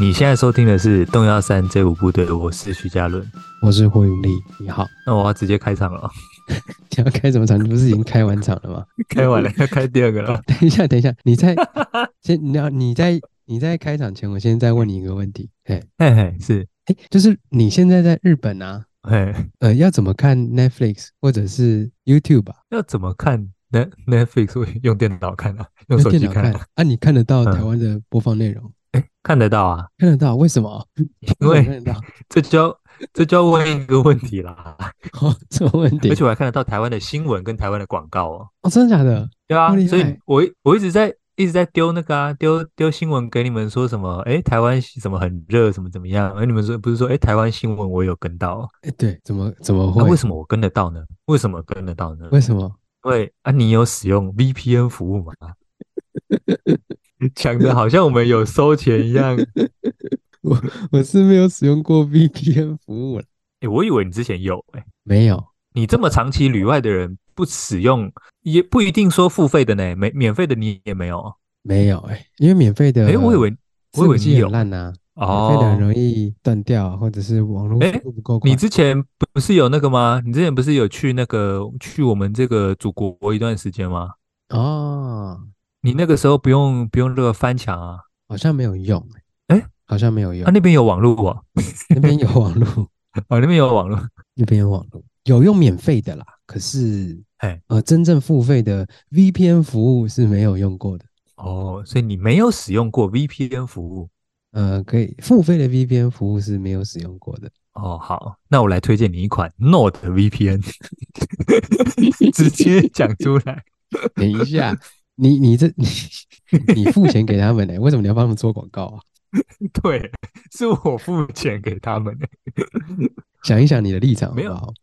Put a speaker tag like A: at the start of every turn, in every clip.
A: 你现在收听的是《动幺三街舞部队》，我是徐嘉伦。
B: 我是胡永利，你好。
A: 那我要直接开场了，
B: 你要开什么场？你不是已经开完场 了吗？
A: 开完了要开第二个了。
B: 等一下，等一下，你在先，你要你在你在开场前，我先再问你一个问题。哎
A: 嘿嘿，是，
B: 哎，就是你现在在日本啊，
A: 嘿，
B: 呃，要怎么看 Netflix 或者是 YouTube 啊吧、
A: 要怎么看 Net Netflix？会用电脑看啊，用
B: 用
A: 手
B: 电
A: 机
B: 脑看
A: 看啊，
B: 啊？你看得到
A: 嗯
B: 台湾的播放内容？
A: 看得到啊。
B: 看得到？为什么？
A: 因
B: 什么
A: 为
B: 看得到。
A: 这就要这就要问一个问题啦，
B: 哦，什么问题
A: 而？且我还看得到台湾的新闻跟台湾的广告哦。
B: 哦，真的假的？
A: 对啊
B: 好厉，
A: 所以
B: 害
A: 我一我一直在一直在丢那个啊，丢丢新闻给你们说什么？诶，台湾怎么很热，什么怎么样？而你们说不是说，诶，台湾新闻我有跟到哦，
B: 哎，对，怎么怎么
A: 那、
B: 会？
A: 啊为什么我跟得到呢？为什么跟得到呢？
B: 为什么？
A: 因为啊，你有使用 VPN 服务 吗？讲的好像我们有收钱一样。
B: 我是没有使用过 VPN 服务了，
A: 诶，我以为你之前有诶，
B: 没有。
A: 你这么长期旅外的人不使用，也不一定说付费的呢，免免费的你也没有哦。
B: 没有哎、因为免费的，
A: 诶，我以为我以为你
B: 很
A: 有
B: 烂呐、
A: 哦，
B: 啊免费的很容易断掉啊，或者是网络
A: 诶
B: 速度不够快。
A: 你之前不是有那个吗？你之前不是有去那个去我们这个祖国一段时间吗？
B: 哦，
A: 你那个时候不用不用那个翻墙啊，
B: 好像没有用哎、
A: 诶
B: 好像没有用
A: 啊，那边有网络哦，
B: 那边有网络，
A: 啊那边有网络，
B: 那边有网络，有用免费的啦。可是
A: 嘿，
B: 呃，真正付费的 VPN 服务是没有用过的。
A: 哦，所以你没有使用过 VPN 服务
B: 呃，可以付费的 VPN 服务是没有使用过的。
A: 哦。好，那我来推荐你一款 Node VPN，直接讲出来。
B: 等一下，你你这你 你付钱给他们呢、为什么你要帮他们做广告啊？
A: 对，是我付钱给他们的
B: 想一想你的立场好
A: 没有
B: 不好？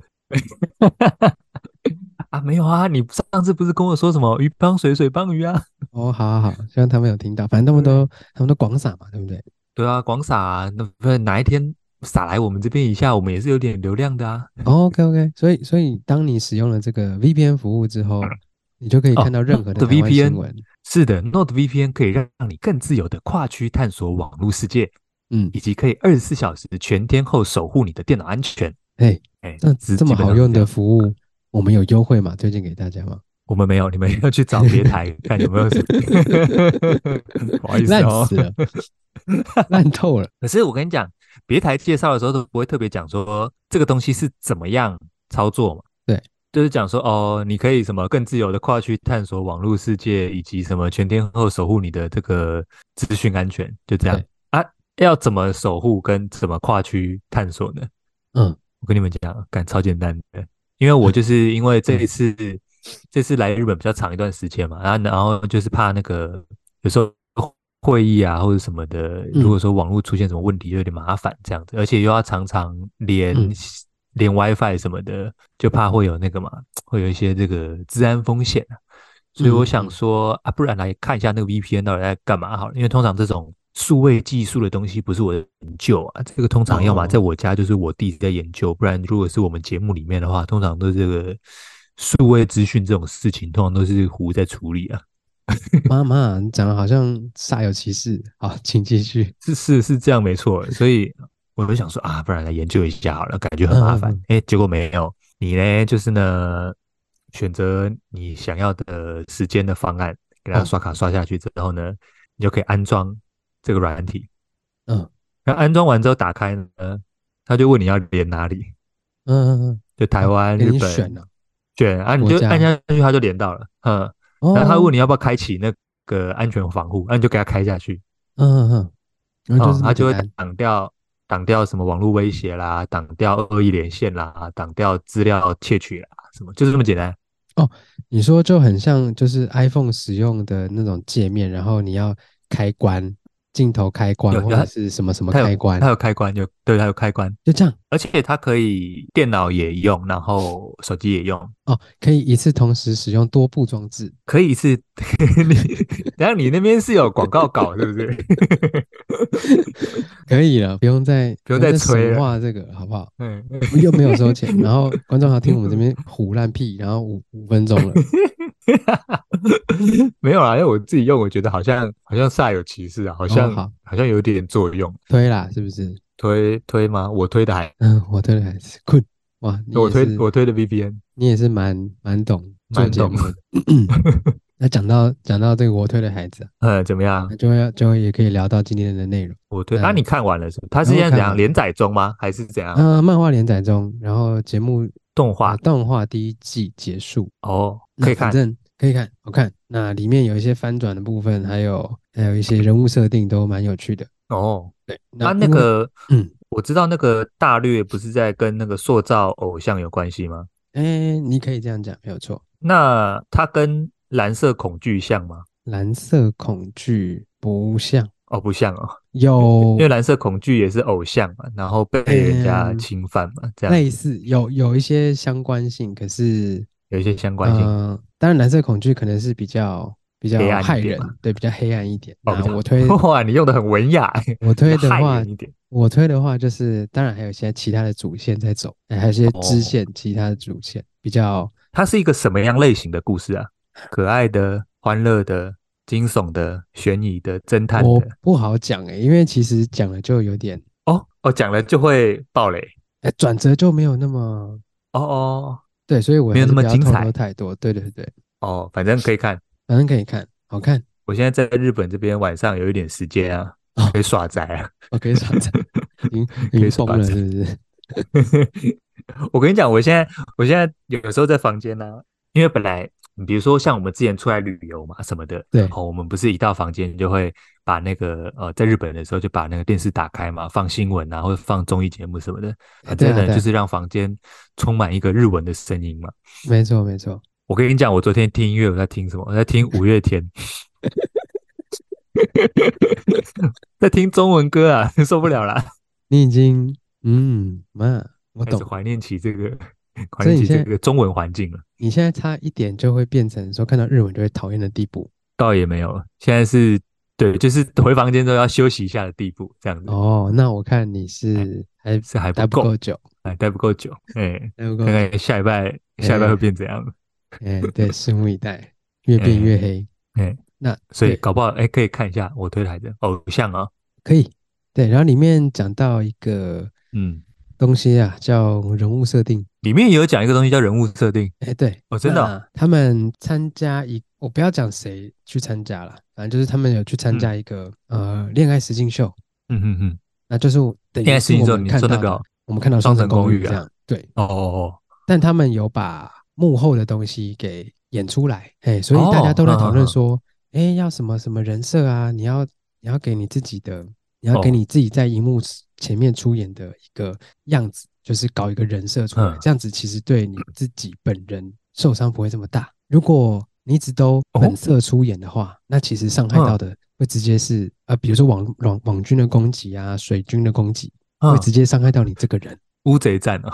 A: 啊，没有啊，你上次不是跟我说什么鱼帮水，水帮鱼啊？
B: 哦，好好好，希望他们有听到，反正他们都
A: 嗯
B: 他们都广撒嘛，对不对？
A: 对啊，广撒啊，那不是哪一天撒来我们这边一下，我们也是有点流量的啊。
B: OK OK，所哦以所以当你使用了这个 VPN 服务之后，你就可以
A: 哦
B: 看到任何的
A: 那
B: 台湾新
A: VPN
B: 闻。
A: 是的，Node VPN 可以让你更自由的跨区探索网络世界，
B: 嗯，
A: 以及可以二十四小时全天候守护你的电脑安全。
B: 哎，
A: 哎，
B: 那
A: 只
B: 这么好用
A: 基本上
B: 的，
A: 是样
B: 服务，我们有优惠嘛？推荐给大家嘛？
A: 我们没有，你们要去找别 台看有没有什么。不好意思
B: 烂
A: 哦
B: 死。了，烂透了。
A: 可是我跟你讲，别台介绍的时候都不会特别讲说这个东西是怎么样操作嘛。
B: 对，
A: 就是讲说哦，你可以什么更自由的跨区探索网络世界，以及什么全天候守护你的这个资讯安全，就这样啊。要怎么守护跟怎么跨区探索呢？
B: 嗯，
A: 我跟你们讲，啊干超简单的，因为我就是因为这一次，
B: 嗯
A: 这次来日本比较长一段时间嘛，啊然后然后就是怕那个有时候会议啊或者什么的，
B: 嗯
A: 如果说网络出现什么问题，有点麻烦这样子，而且又要常常连、
B: 嗯
A: 连 WiFi 什么的，就怕会有那个嘛，会有一些这个治安风险啊。所以我
B: 嗯
A: 想
B: 嗯
A: 说、啊，不然来看一下那个 VPN 到底在干嘛好了，因为通常这种数位技术的东西不是我的研究啊，这个通常要么在
B: 哦
A: 我家就是我弟在研究，不然如果是我们节目里面的话，通常都是这个数位资讯这种事情，通常都是胡在处理啊，
B: 妈妈，你讲的好像煞有其事。好，请继续。
A: 是是是这样没错，所以我就想说啊，不然来研究一下好了，感觉很麻烦
B: 嗯嗯，
A: 哎、结果没有，你呢就是呢选择你想要的时间的方案，给它
B: 哦
A: 刷卡刷下去之后呢，你就可以安装这个软体，
B: 嗯
A: 那安装完之后打开呢，他就问你要连哪里。
B: 嗯嗯
A: 就台湾、
B: 给
A: 日
B: 你
A: 本
B: 选了
A: 选啊，你
B: 国
A: 就
B: 家
A: 按下去，它就连到了，嗯，
B: 嗯。
A: 然后他问你
B: 你，
A: 要不要开启那个安全防护，那、你就给他开下去，
B: 嗯嗯嗯，然后
A: 嗯
B: 就是，
A: 他
B: 那
A: 就
B: 么
A: 会
B: 简单。
A: 挡掉挡掉什么网络威胁啦，挡掉恶意连线啦，挡掉资料窃取啦，什么就是这么简单。
B: 你说就很像就是 iPhone 使用的那种界面，然后你要开关镜头开关
A: 有有
B: 或者
A: 它
B: 是什么什么
A: 它
B: 开
A: 有
B: 关
A: 它，有开关，有对它有开关，
B: 就这样
A: 而且它可以电脑也用，然后手机也用，
B: 哦，可以一次同时使用多部装置。
A: 可以是， 你，然后你那边是有广告稿是不是？
B: 可以了，不用再
A: 不用再
B: 神
A: 吹了
B: 话这个好不好？
A: 嗯，
B: 又没有收钱，然后观众还听我们这边胡乱屁，然后五五分钟了，
A: 没有啦，因为我自己用，我觉得好像好像煞有其事啊， 好像、
B: 哦好
A: 好像有点作用。
B: 推啦，是不是？
A: 推推吗？我推的还
B: 嗯，我推的还是困哇，你
A: 我
B: 也
A: 推
B: 是
A: 我推的 VPN，
B: 你也是蛮蛮懂做
A: 蛮
B: 节
A: 懂
B: 目的。 那讲到讲到这个我推的孩子啊，
A: 呃，怎么样
B: 那？就会就会也可以聊到今天的内容。
A: 我推
B: 嗯
A: 啊，你看完了是不是？它是
B: 我
A: 现在
B: 看
A: 怎样
B: 完
A: 连载中吗？还是怎样？
B: 啊，漫画连载中，然后节目
A: 动画
B: 呃动画第一季结束，
A: 哦，
B: 那
A: 可以
B: 反
A: 看。
B: 正可以看，好看。那里面有一些翻转的部分，还有还有一些人物设定都蛮有趣的。
A: 哦，
B: 对，
A: 他那
B: 因为
A: 个，
B: 嗯，
A: 我知道那个大略不是在跟那个塑造偶像有关系吗？
B: 哎，你可以这样讲，没有错。
A: 那它跟蓝色恐惧像吗？
B: 蓝色恐惧不像
A: 哦，不像哦，
B: 有
A: 因为蓝色恐惧也是偶像嘛，然后被人家
B: 嗯
A: 侵犯嘛，这样
B: 类似有有一些相关性，可是
A: 有一些相关性。
B: 嗯，当然蓝色恐惧可能是比较比较
A: 黑暗一
B: 害
A: 点
B: 人
A: 嘛，
B: 对，比较黑暗一点。
A: 哦比
B: 那
A: 较
B: 我推
A: 哇，你用的很文雅，
B: 我推 的
A: 害
B: 话
A: 人，一点。
B: 我推的话就是，当然还有一些其他的主线在走，哎还有一些支
A: 哦
B: 线，其他的主线比较
A: 它是一个什么样类型的故事啊？可爱的、欢乐的、惊悚的、悬疑的、侦探
B: 我
A: 的。
B: 不好讲哎、因为其实讲了就有点，
A: 哦哦，讲了就会爆雷。
B: 哎，转折就没有那么
A: 哦哦
B: 对，所以我
A: 没有
B: 还
A: 那
B: 是
A: 么
B: 不要
A: 精
B: 透
A: 彩
B: 露太多。对对对，
A: 哦，反正可以看。
B: 反正可以看，好看，
A: 我现在在日本这边晚上有一点时间啊
B: 哦，
A: 可以耍宅啊。
B: 我可以上 场，已经已
A: 可以
B: 经
A: 上
B: 疯了，
A: 场
B: 是不是？
A: 我跟你讲，我现在我现在有有时候在房间呢、因为本来比如说像我们之前出来旅游嘛什么的，
B: 对
A: 哦，我们不是一到房间就会把那个呃，在日本的时候就把那个电视打开嘛，放新闻啊，或者放综艺节目什么的，
B: 哎
A: 反
B: 对
A: 正
B: 啊，
A: 呢
B: 对
A: 就
B: 啊，
A: 是让房间充满一个日文的声音嘛。
B: 没错没错。
A: 我跟你讲，我昨天听音乐，我在听什么？我在听五月天， 在听中文歌啊，受不了啦，
B: 你已经嗯妈，我
A: 开始
B: 懂。
A: 怀念起这个怀
B: 所
A: 念
B: 以你
A: 起
B: 现在
A: 这个中文环境了。
B: 你现在差一点就会变成说看到日文就会讨厌的地步
A: 倒也没有了，现在是对，就是回房间都要休息一下的地步，这样子、
B: 哦。那我看你是还
A: 是还
B: 待
A: 嗯不
B: 不
A: 够
B: 够，久，
A: 哎，待不够久，哎，
B: 待不够
A: 看
B: 久。
A: 看下一拜，下一拜
B: 哎
A: 会变怎样？
B: 哎，对，拭目以待，越变
A: 哎
B: 越黑。
A: 哎，
B: 那
A: 所以
B: 对
A: 搞不好，哎，可以看一下我推来的偶像啊，
B: 可以对，然后里面讲到一个
A: 嗯，
B: 东西啊，叫人物设定。
A: 里面也有讲一个东西叫人物设定，
B: 哎，对，
A: 哦真的哦
B: 那他们参加一，我不要讲谁去参加了，反正就是他们有去参加一个呃恋爱实境秀，
A: 嗯嗯嗯，
B: 那就是我等
A: 恋
B: 于
A: 爱
B: 是
A: 实境
B: 我
A: 秀
B: 们
A: 你
B: 看
A: 说那
B: 到
A: 个
B: 的
A: 哦
B: 我们看到《
A: 双
B: 城
A: 城公
B: 寓》
A: 寓
B: 这
A: 啊
B: 样，对，
A: 哦哦
B: 但他们有把幕后的东西给演出来，哎，所以大家
A: 哦
B: 都在
A: 嗯
B: 讨
A: 嗯
B: 论
A: 嗯
B: 说，哎，要什么什么人设啊，你要你要给你自己的，你要给
A: 哦
B: 你自己在荧幕前面出演的一个样子，就是搞一个人设出来
A: 嗯，
B: 这样子其实对你自己本人受伤不会这么大。如果你一直都
A: 哦
B: 本色出演的话，那其实伤害到的会直接是呃，比如说网网网军的攻击啊，水军的攻击，
A: 哦，
B: 会
A: 嗯
B: 直接伤害到你这个人。
A: 乌贼战啊，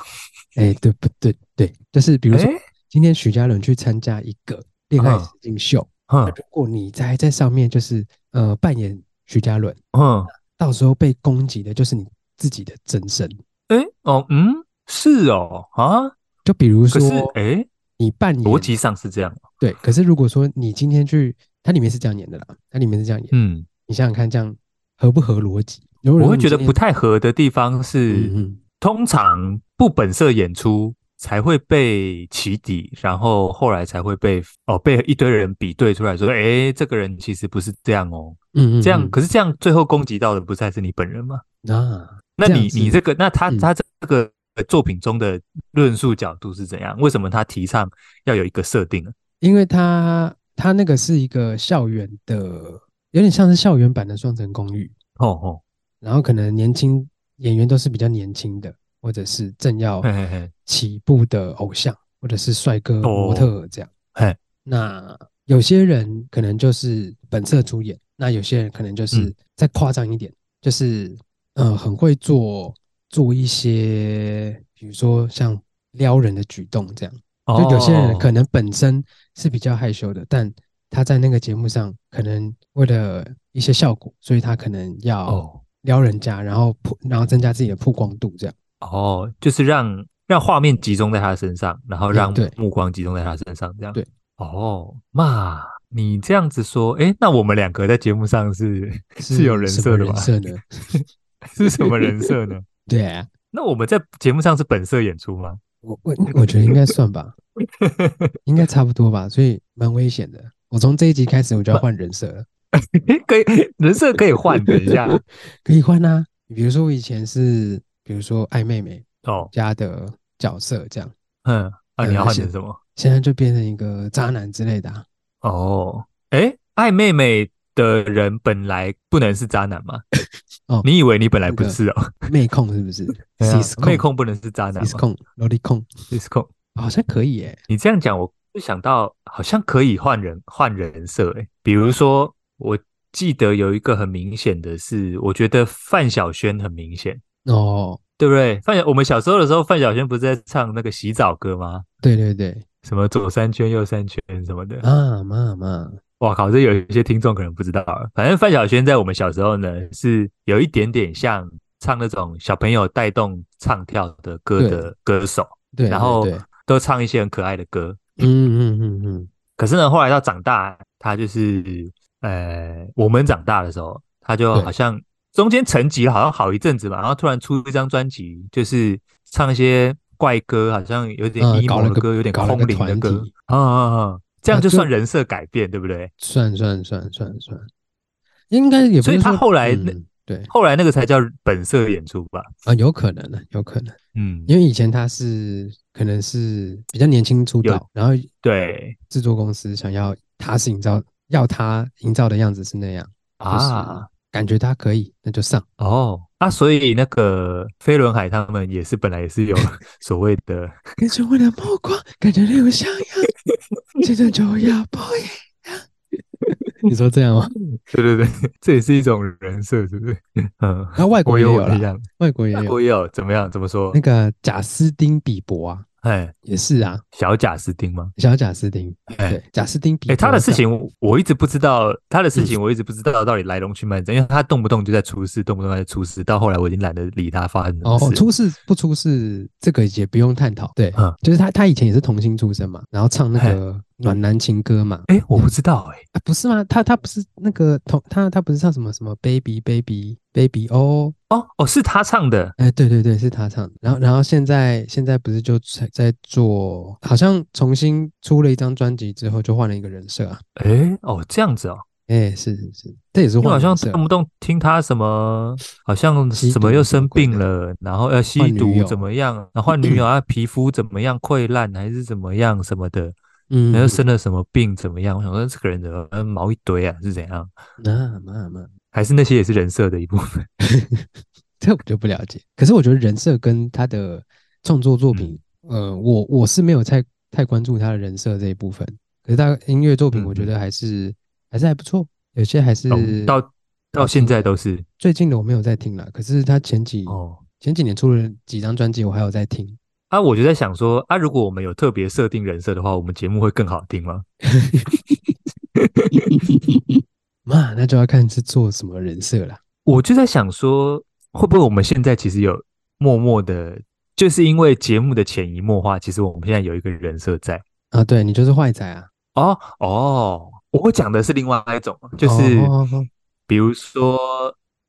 B: 哎、对不对？对，就是比如说
A: 哎，
B: 今天许家伦去参加一个恋爱
A: 嗯
B: 实境秀，那
A: 嗯
B: 如果你在在上面就是呃扮演许家伦，
A: 嗯，
B: 到时候被攻击的就是你自己的真身。
A: 哎哦嗯，是哦啊，
B: 就比如
A: 可
B: 说嗯
A: 是，哎，
B: 你扮演
A: 逻辑上是这样，
B: 对，可是如果说你今天去，它里面是这样演的啦，它里面是这样演，
A: 嗯，
B: 你想想看，这样合不合逻辑？如果
A: 我
B: 说
A: 会
B: 你
A: 觉得
B: 今
A: 不
B: 天
A: 太合的地方是。
B: 嗯嗯，
A: 通常不本色演出才会被起底，然后后来才会被哦被一堆人比对出来说，诶，这个人其实不是这样哦，
B: 嗯嗯，
A: 这样、
B: 嗯
A: 可是这样最后攻击到的不是还是你本人吗？
B: 啊，
A: 那
B: 这样
A: 你
B: 是
A: 你这个那他
B: 嗯
A: 他这个作品中的论述角度是怎样？为什么他提倡要有一个设定呢？啊
B: 因为它它那个是一个校园的，有点像是校园版的《双城公寓》，
A: 哦哦，
B: 然后可能年轻演员都是比较年轻的，或者是正要
A: 嘿嘿嘿，
B: 起步的偶像，或者是帅哥模
A: 哦
B: 特儿这样。
A: 嘿，
B: 那有些人可能就是本色出演，那有些人可能就是
A: 嗯
B: 再夸张一点，就是呃很会做做一些，比如说像撩人的举动这样。就有些人可
A: 哦
B: 能本身是比较害羞的，但他在那个节目上，可能为了一些效果，所以他可能要
A: 哦
B: 撩人家，然后曝，然后增加自己的曝光度，这样。
A: 哦，就是让让画面集中在他身上，然后
B: 哎
A: 让
B: 对
A: 目光集中在他身上，这样
B: 对
A: 哦，嘛，你这样子说，哎，那我们两个在节目上 是
B: 是
A: 有人
B: 什
A: 设
B: 么
A: 的
B: 人
A: 吧？
B: 设呢？
A: 是什么人设 呢？
B: 对啊，
A: 那我们在节目上是本色演出吗？
B: 我我我觉得应该算吧，应该差不多吧，所以蛮危险的。我从这一集开始我就要换人设了，
A: 可以，人设可以换。等一 下，
B: 可以换啊。比如说我以前是，比如说爱妹妹
A: 哦，
B: 家的角色这样，
A: 嗯，啊，
B: 呃
A: 你要换成
B: 是
A: 什么？
B: 现在就变成一个渣男之类的、啊。
A: 哦，哎，爱妹妹的人本来不能是渣男吗？
B: 哦
A: 你以为你本来
B: 那
A: 不
B: 个
A: 是哦？
B: 妹控是不是
A: 对啊
B: ？cis
A: 妹控不能是渣男
B: ，cis
A: 吗
B: 控，loli 控，
A: ？cis 控，
B: 好像可以耶。
A: 你这样讲，我就想到好像可以换人换人设诶，比如说，我记得有一个很明显的是，我觉得范晓萱很明显，
B: 哦，
A: 对不对？范晓我们小时候的时候，范晓萱不是在唱那个洗澡歌吗？
B: 对对对，
A: 什么左三圈右三圈什么的，
B: 啊妈妈，
A: 哇靠！这有一些听众可能不知道，啊反正范晓萱在我们小时候呢，是有一点点像唱那种小朋友带动唱跳的歌
B: 对
A: 的歌手，
B: 对，
A: 然
B: 对
A: 后
B: 对
A: 都唱一些很可爱的歌。
B: 嗯嗯嗯嗯，
A: 可是呢，后来到长大，他就是呃，我们长大的时候，他就
B: 对
A: 好像中间沉寂了，好像好一阵子吧，然后突然出一张专辑，就是唱一些怪歌，好像有点
B: 呃搞
A: emo
B: 了
A: 的
B: 个
A: 歌，有点
B: 搞了
A: 空
B: 个
A: 灵的
B: 团
A: 歌
B: 体，
A: 啊啊啊！这样
B: 啊
A: 就
B: 就
A: 算人设改变，对不对？
B: 算算算算算，应该也不
A: 所以
B: 是
A: 他
B: 说
A: 后来那
B: 嗯对
A: 后来那个才叫本色演出吧？
B: 啊，有可能的，有可能，
A: 嗯，
B: 因为以前他是可能是比较年轻出
A: 有
B: 道，然后
A: 对
B: 制作公司想要他是营造要他营造的样子是那样，就是
A: 啊，
B: 感觉他可以，那就上。
A: 哦啊，所以那个飞轮海他们也是本来也是有 所谓的
B: 跟着我的目光，感觉流向阳，这种就要不一样。 你说这样吗？
A: 对对对，这也是一种人设，是不是？ 嗯，
B: 然后外国
A: 我
B: 也
A: 有
B: 有
A: 我的
B: 啦，
A: 样，
B: 外国也
A: 外
B: 有
A: 国也有，怎么样？怎么说
B: 那？个贾斯汀比伯啊，
A: 哎，
B: 也是啊，
A: 小贾斯汀吗？
B: 小贾斯汀，
A: 哎
B: 对，贾嗯斯汀比伯
A: 哎，他的事
B: 这样
A: 情我我一直不知道，他的事情我一直不知道到底来龙去脉是怎样，因为他动不动就在出事，动不动就在出事，到后来我已经懒得理他发生什么
B: 哦，
A: 事。
B: 出事不出事，这个也不用探讨。对，
A: 嗯
B: 就是他，他以前也是童星出身嘛，然后唱那个暖男情歌嘛，
A: 哎，我不知道哎，
B: 啊、不是吗？他他不是那个童，他他不是唱什么什么 baby baby baby 哦，
A: 哦哦，是他唱的
B: 哎，对对对，是他唱的。然后，然后现在现在不是就在在做，好像重新出了一张专辑之后，就换了一个人设啊。
A: 哎哦，这样子哦，
B: 哎，是是是，这也是
A: 因为
B: 换
A: 好像
B: 人设
A: 动不动听他什么，好像
B: 吸
A: 什么
B: 毒
A: 又
B: 什么
A: 生
B: 鬼
A: 病了，然后要呃吸
B: 换女
A: 毒
B: 友
A: 怎么样，然后换 女友啊，皮肤怎么样溃烂还是怎么样什么的。
B: 嗯，
A: 然后生了什么病怎么样？我想说这个人怎么呃毛一堆啊？是怎样？
B: 那那那，
A: 还是那些也是人设的一部分？
B: 这我就不了解。可是我觉得人设跟他的创作作品，
A: 嗯
B: 呃，我我是没有太太关注他的人设这一部分。可是他音乐作品，
A: 嗯
B: 我
A: 嗯
B: 觉得还是、还是还不错，有些还是、
A: 哦到到现在都是
B: 最近的我没有在听了。可是他前几、
A: 哦
B: 前几年出了几张专辑，我还有在听。
A: 啊！我就在想说啊，如果我们有特别设定人设的话，我们节目会更好听吗？
B: 嘛，那就要看是做什么人设啦。
A: 我就在想说，会不会我们现在其实有默默的，就是因为节目的潜移默化，其实我们现在有一个人设在
B: 啊，对你就是坏仔啊，
A: 哦哦。我讲的是另外一种，就是
B: 哦哦哦
A: 比如说，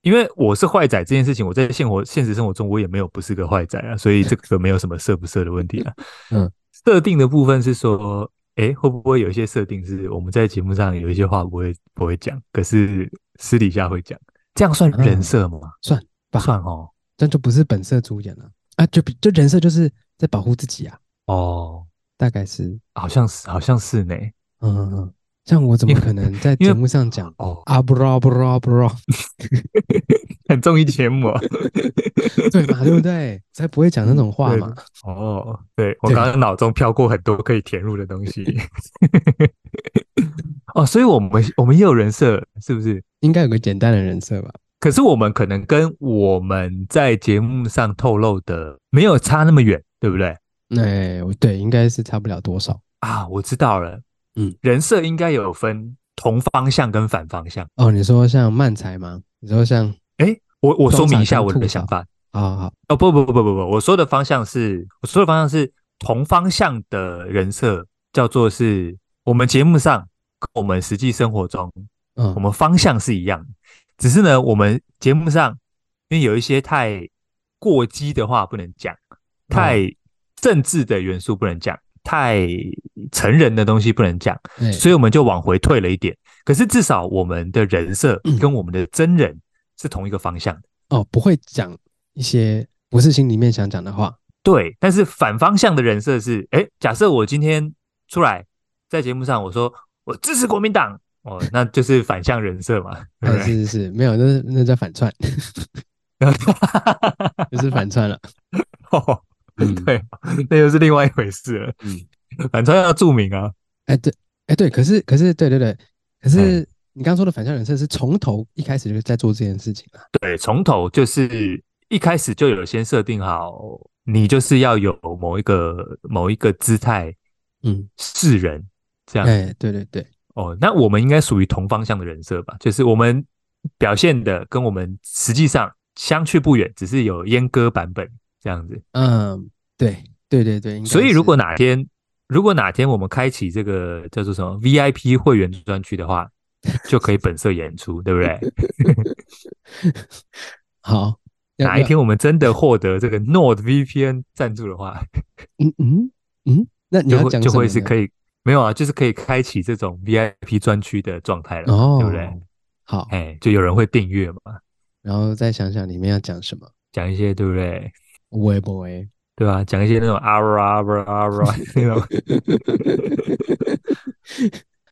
A: 因为我是坏仔这件事情，我在现活现实生活中我也没有不是个坏仔啊，所以这个没有什么色不色的问题啊。
B: 嗯，
A: 设定的部分是说，诶，会不会有一些设定是我们在节目上有一些话不会不会讲，可是私底下会讲，这样算人设吗？
B: 算吧
A: 算哦，
B: 这就不是本色主演了啊，就比就人设就是在保护自己啊，
A: 哦，
B: 大概是，
A: 好像是，好像是呢。
B: 嗯嗯嗯，像我怎么可能在
A: 因为
B: 节目上讲
A: 哦，
B: 啊不啦不啦不 啦，
A: 很综艺节目哦。
B: 对嘛，对不对？才不会讲那种
A: 嗯
B: 话嘛。
A: 哦，对我
B: 对
A: 刚刚脑中飘过很多可以填入的东 西。哦，所以我们我们也有人设，是不是？
B: 应该有个简单的人设吧？
A: 可是我们可能跟我们在节目上透露的没有差那么远，对不对？
B: 哎，我对，应该是差不了多少
A: 啊，我知道了，
B: 嗯，
A: 人设应该有分同方向跟反方向。
B: 哦。你说像漫才吗？你说像
A: 诶，我我说
B: 装傻
A: 明一下
B: 跟
A: 我的
B: 吐
A: 想
B: 槽
A: 法。
B: 啊好
A: 哦，不不不不不不，我说的方向是，我说的方向是同方向的人设，叫做是我们节目上，跟我们实际生活中，
B: 嗯，
A: 我们方向是一样的，只是呢，我们节目上因为有一些太过激的话不能讲，太政治的元素不能讲，太成人的东西不能讲，
B: 对
A: 所以我们就往回退了一点。可是至少我们的人设跟我们的真人是同一个方向的，
B: 哦，不会讲一些不是心里面想讲的话，
A: 对。但是反方向的人设是，哎，假设我今天出来在节目上我说我支持国民党，哦，那就是反向人设嘛，对不
B: 啊，
A: 对？
B: 是是是，没有，那是那叫反串，就是反串了。
A: 哦，
B: 嗯，
A: 对，那又是另外一回事了。
B: 嗯
A: 反正要注明啊，
B: 哎对，哎对，可是可是对对对，可
A: 哎
B: 是你刚刚说的反向人设是从头一开始就在做这件事情啊。
A: 对，从头就是一开始就有先设定好，你就是要有某一个某一个姿态
B: 嗯，
A: 示人这样。
B: 哎，对对对，
A: 哦，那我们应该属于同方向的人设吧？就是我们表现的跟我们实际上相去不远，只是有阉割版本这样子。
B: 嗯，对对对对，应该
A: 所以，
B: 是
A: 如果哪天，如果哪天我们开启这个叫做什么 VIP 会员专区的话，就可以本色演出，对不对？
B: 好， 要
A: 哪一
B: 要
A: 天我们真的获得这个 Nord VPN 赞助的话，
B: 嗯嗯嗯，那你
A: 就
B: 要
A: 会
B: 讲
A: 就会是
B: 以
A: 可以没有啊，就是可以开启这种 VIP 专区的状态了嘛，
B: 哦，
A: 对不对？？
B: 好，
A: 哎，就有人会订阅嘛，
B: 然后再想想里面要讲什么，
A: 讲一些对不对？
B: 我也 不会。
A: 对吧？讲一些那种啊啊啊啊那种，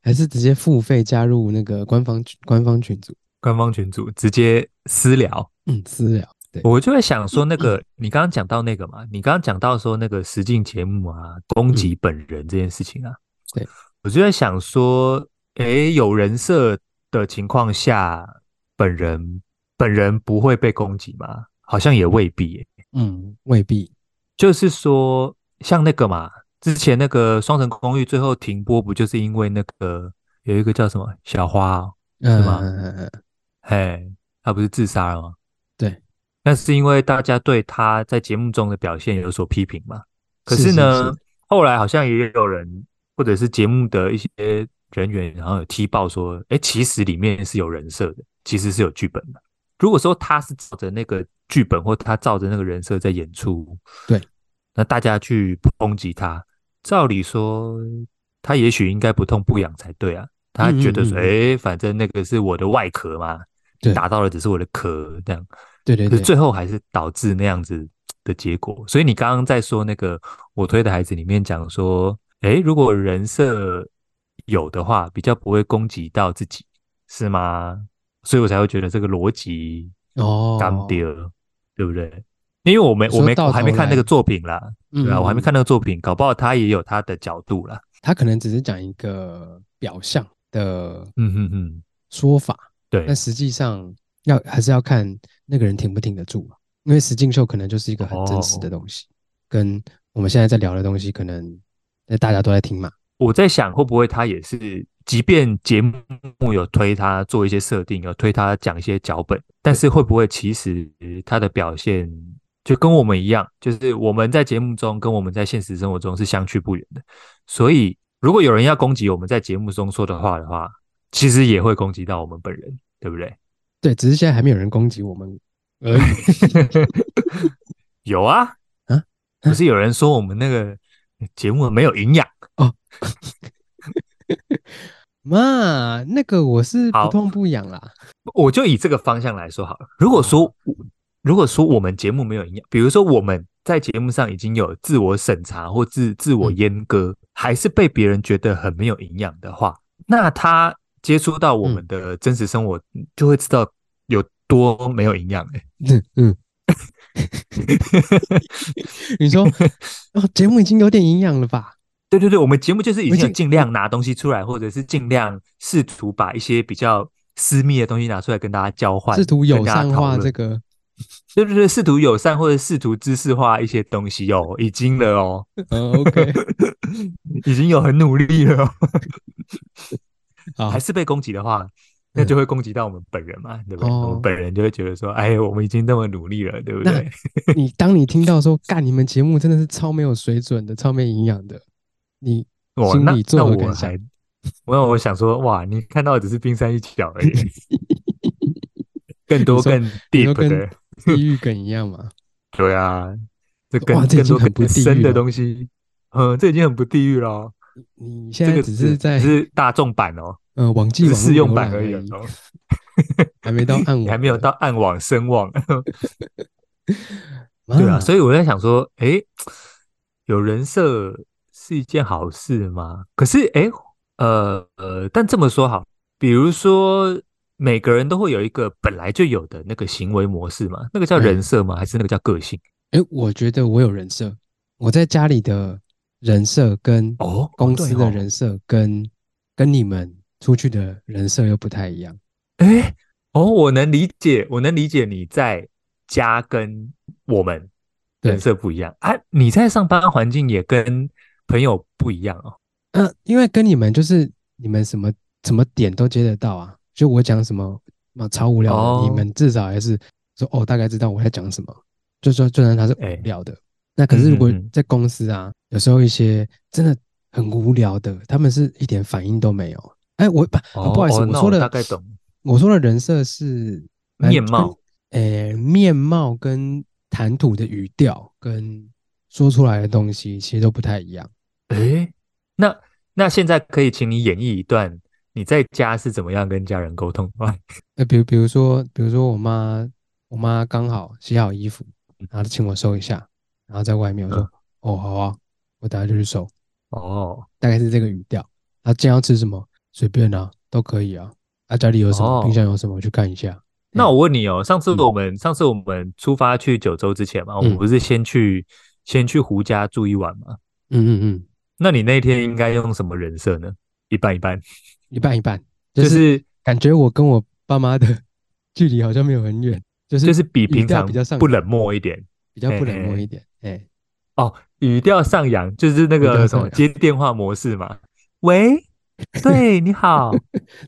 B: 还是直接付费加入那个官方群官方群组，
A: 官方群组直接私聊，
B: 嗯，私聊，对，
A: 我就会想说，那个你刚刚讲到那个嘛，你刚刚讲到说那个实境节目啊，攻击本人这件事情啊，
B: 对，
A: 我就在想说，诶，有人设的情况下，本人本人不会被攻击吗？好像也未必耶、
B: 嗯，未必，
A: 就是说，像那个嘛，之前那个《双城公寓》最后停播，不就是因为那个有一个叫什么小花、哦，
B: 嗯、
A: 吗
B: 呃，
A: 嘿，他不是自杀了吗？
B: 对，
A: 那是因为大家对他在节目中的表现有所批评嘛。可
B: 是是
A: 呢，
B: 是
A: 后来好像也有人，或者是节目的一些人员，然后有踢爆说，哎、其实里面是有人设的，其实是有剧本的。如果说他是照着那个剧本，或他照着那个人设在演出，
B: 对，
A: 那大家去抨击他，照理说他也许应该不痛不痒才对啊。他觉得说，
B: 嗯嗯嗯嗯
A: 哎、反正那个是我的外壳嘛，
B: 对
A: 打到了只是我的壳这样，
B: 对对
A: 可
B: 对
A: 是，最后还是导致那样子的结果。所以你刚刚在说那个我推的孩子里面讲说，诶，如果人设有的话，比较不会攻击到自己，是吗？所以我才会觉得这个逻辑
B: 哦，
A: 刚丢，对不对？因为我没
B: 你
A: 我
B: 说
A: 没
B: 到
A: 我还没
B: 头
A: 看那个
B: 来
A: 作品啦，
B: 嗯，
A: 对啊，我还没
B: 嗯，
A: 看那个作品，搞不好他也有他的角度啦。
B: 他可能只是讲一个表象的
A: 嗯哼哼，
B: 说法，
A: 对
B: 但，实际上要还是要看那个人挺不挺得住啊，因为实境秀可能就是一个很真实
A: 哦
B: 的东西，跟我们现在在聊的东西，可能那大家都在听嘛，
A: 我在想，会不会他也是，即便节目有推他做一些设定，有推他讲一些脚本，但是会不会其实他的表现就跟我们一样，就是我们在节目中跟我们在现实生活中是相去不远的。所以，如果有人要攻击我们在节目中说的话的话，其实也会攻击到我们本人，对不对？
B: 对，只是现在还没有人攻击我们 而已。
A: 有啊，
B: 啊，
A: 不是有人说我们那个节目没有营养，
B: 嘛，那个我是
A: 好
B: 不痛不痒啦。
A: 我就以这个方向来说好了。如果
B: 哦
A: 说如果说我们节目没有营养，比如说我们在节目上已经有自我审查或自自
B: 嗯
A: 我阉割，还是被别人觉得很没有营养的话，那他接触到
B: 嗯
A: 我们的真实生活，就会知道有多没有营养、欸。
B: 嗯嗯， 你 说哦，节目已经有点营养了吧？
A: 对对对，我们节目就是已
B: 我已
A: 经有
B: 经
A: 尽量拿东西出来，或者是尽量试图把一些比较私密的东西拿出来跟大家交换，
B: 试图友善
A: 跟大家讨
B: 化
A: 论
B: 这个，
A: 对对对，试图友善或者试图知识化一些东西哦，已经了哦，
B: 嗯，OK，
A: 已经有很努力了、 哦，
B: 好哦
A: 还，是被攻击的话，那就会攻击到我们本人嘛，对不对？
B: 嗯哦
A: 我们本人就会觉得说，哎，我们已经那么努力了，对不对？
B: 你当你听到说干你们节目真的是超没有水准的，超没营养的，你
A: 我
B: 心
A: 那
B: 里作
A: 哦那我
B: 何感想
A: 还我有我想说，哇，你看到的只是冰山一角而 已，更多
B: 你说
A: 更
B: 你说
A: deep 的
B: 跟，地狱梗一样嘛。
A: 对啊，这更
B: 哇这已
A: 更
B: 经
A: 多
B: 很不
A: 更
B: 地狱
A: 深的
B: 了
A: 东西，嗯，这已经很不地狱了哦。
B: 你
A: 这
B: 现在
A: 个
B: 只是在
A: 只是大众版哦，
B: 呃网
A: 只
B: 际
A: 是
B: 网
A: 试
B: 络
A: 用
B: 浏
A: 版
B: 览
A: 而已
B: 已，
A: 哦，
B: 还 没到暗网
A: 你
B: 的，
A: 还没有到暗网深网。
B: 啊
A: 对啊，所以我在想说，诶，有人设是一件好事吗？可是，诶，呃呃，但这么说好，比如说每个人都会有一个本来就有的那个行为模式嘛，那个叫
B: 对
A: 人设吗？还是那个叫个性？
B: 哎，我觉得我有人设，我在家里的人设跟
A: 哦，
B: 公司的人
A: 设，
B: 设跟跟你们出去的人设又不太一样。
A: 诶，哦，我能理解，我能理解你在家跟我们人
B: 对
A: 设不一样啊，你在上班环境也跟朋友不一样哦。
B: 嗯、因为跟你们就是你们什么什么点都接得到啊，就我讲什么嘛超无聊的，
A: 哦
B: 你们至少还是说哦大概知道我在讲什么，就说就算它是
A: 哎
B: 无聊的。那可是如果
A: 嗯嗯嗯
B: 在公司啊，有时候一些真的很无聊的，他们是一点反应都没有。哎，我不、啊不好意思，
A: 哦哦
B: 我
A: 那
B: 说
A: 我
B: 的
A: 大概懂
B: 我说的人设是反正
A: 面
B: 跟
A: 貌，
B: 诶，面貌跟谈吐的语调跟说出来的东西其实都不太一样。
A: 诶，那那现在可以请你演绎一段你在家是怎么样跟家人沟通吗？
B: 呃，比如比如说，比如说我妈，我妈刚好洗好衣服，然后请我收一下，然后在外面我说，
A: 嗯
B: 哦，好啊，我等下就去收，
A: 哦
B: 大概是这个语调。然后今天要吃什么，随便啊，都可以啊。啊，家里有什么，冰
A: 哦
B: 箱有什么，我去看一下。
A: 那我问你哦，上次
B: 嗯
A: 我们、上次我们出发去九州之前嘛，我
B: 嗯
A: 们不是先去先去胡家住一晚嘛？
B: 嗯嗯嗯，
A: 那你那天应该用什么人设呢？一半一半，
B: 一半一半，就
A: 就是是
B: 感觉我跟我爸妈的 距离好像没有很远，就是
A: 就是比
B: 语
A: 平
B: 调
A: 常
B: 比较上
A: 不
B: 扬
A: 冷漠一点
B: 比较不
A: 嘿
B: 冷
A: 嘿
B: 漠
A: 嘿
B: 一点，哎，
A: 哦，语调上扬，就是那
B: 语调
A: 个什
B: 上
A: 么
B: 扬
A: 接电话模式嘛。 喂，对，你好，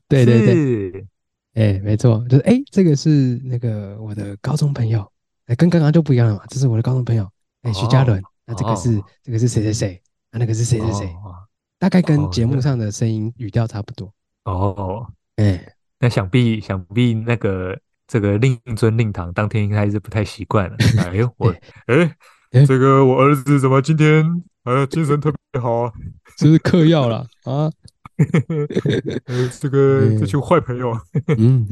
B: 对对对，
A: 是，
B: 哎，没错，就是哎，这个是那个我的高中朋友，哎，跟刚刚就不一样了嘛，这是我的高中朋友，哎，徐嘉
A: 哦
B: 伦，那这个是
A: 哦
B: 这个是谁谁谁，啊，那个是谁谁谁，
A: 哦
B: 大概跟
A: 哦
B: 节目
A: 对
B: 上的声音语调差不多，
A: 哦，
B: 哎，
A: 那想必想必那个这个令尊令堂当天应该是不太习惯了。哎呦， 我哎
B: 哎，
A: 这个我儿子怎么今天哎精神特别好啊？
B: 是不是嗑药了啊？
A: 呃，这个这群坏朋友，
B: 嗯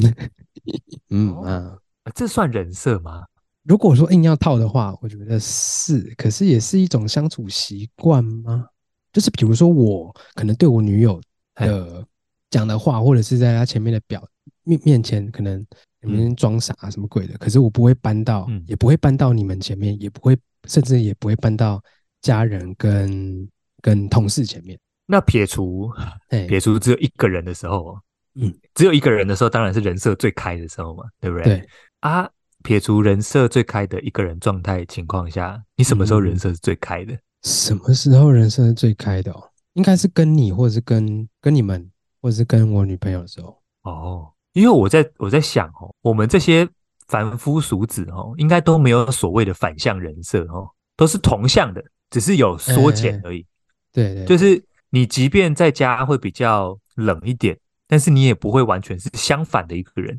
B: 嗯
A: 哦
B: 啊，
A: 这算人设吗？
B: 如果说硬要套的话，我觉得是，可是也是一种相处习惯吗？就是比如说我可能对我女友
A: 哎
B: 的讲的话，或者是在她前面的表面面前，可能你们装傻啊什么鬼的，可是我不会搬到，
A: 嗯
B: 也不会搬到你们前面，也不会，甚至也不会搬到家人跟跟同事前面。
A: 那撇除
B: 哎，
A: 撇除只有一个人的时候，哦
B: 嗯，
A: 只有一个人的时候，当然是人设最开的时候嘛，对不对？
B: 对，
A: 啊，撇除人设最开的一个人状态情况下，你什么时候
B: 嗯嗯
A: 人
B: 嗯
A: 设是最开的？
B: 什么时候人生是最开的哦？应该是跟你，或者是跟跟你们，或者是跟我女朋友的时候。
A: 哦，因为我在我在想哦，我们这些凡夫俗子哦，应该都没有所谓的反向人设哦，都是同向的，只是有缩
B: 哎
A: 减而已。
B: 对对，
A: 就是你即便在家会比较冷一点，但是你也不会完全是相反的一个人，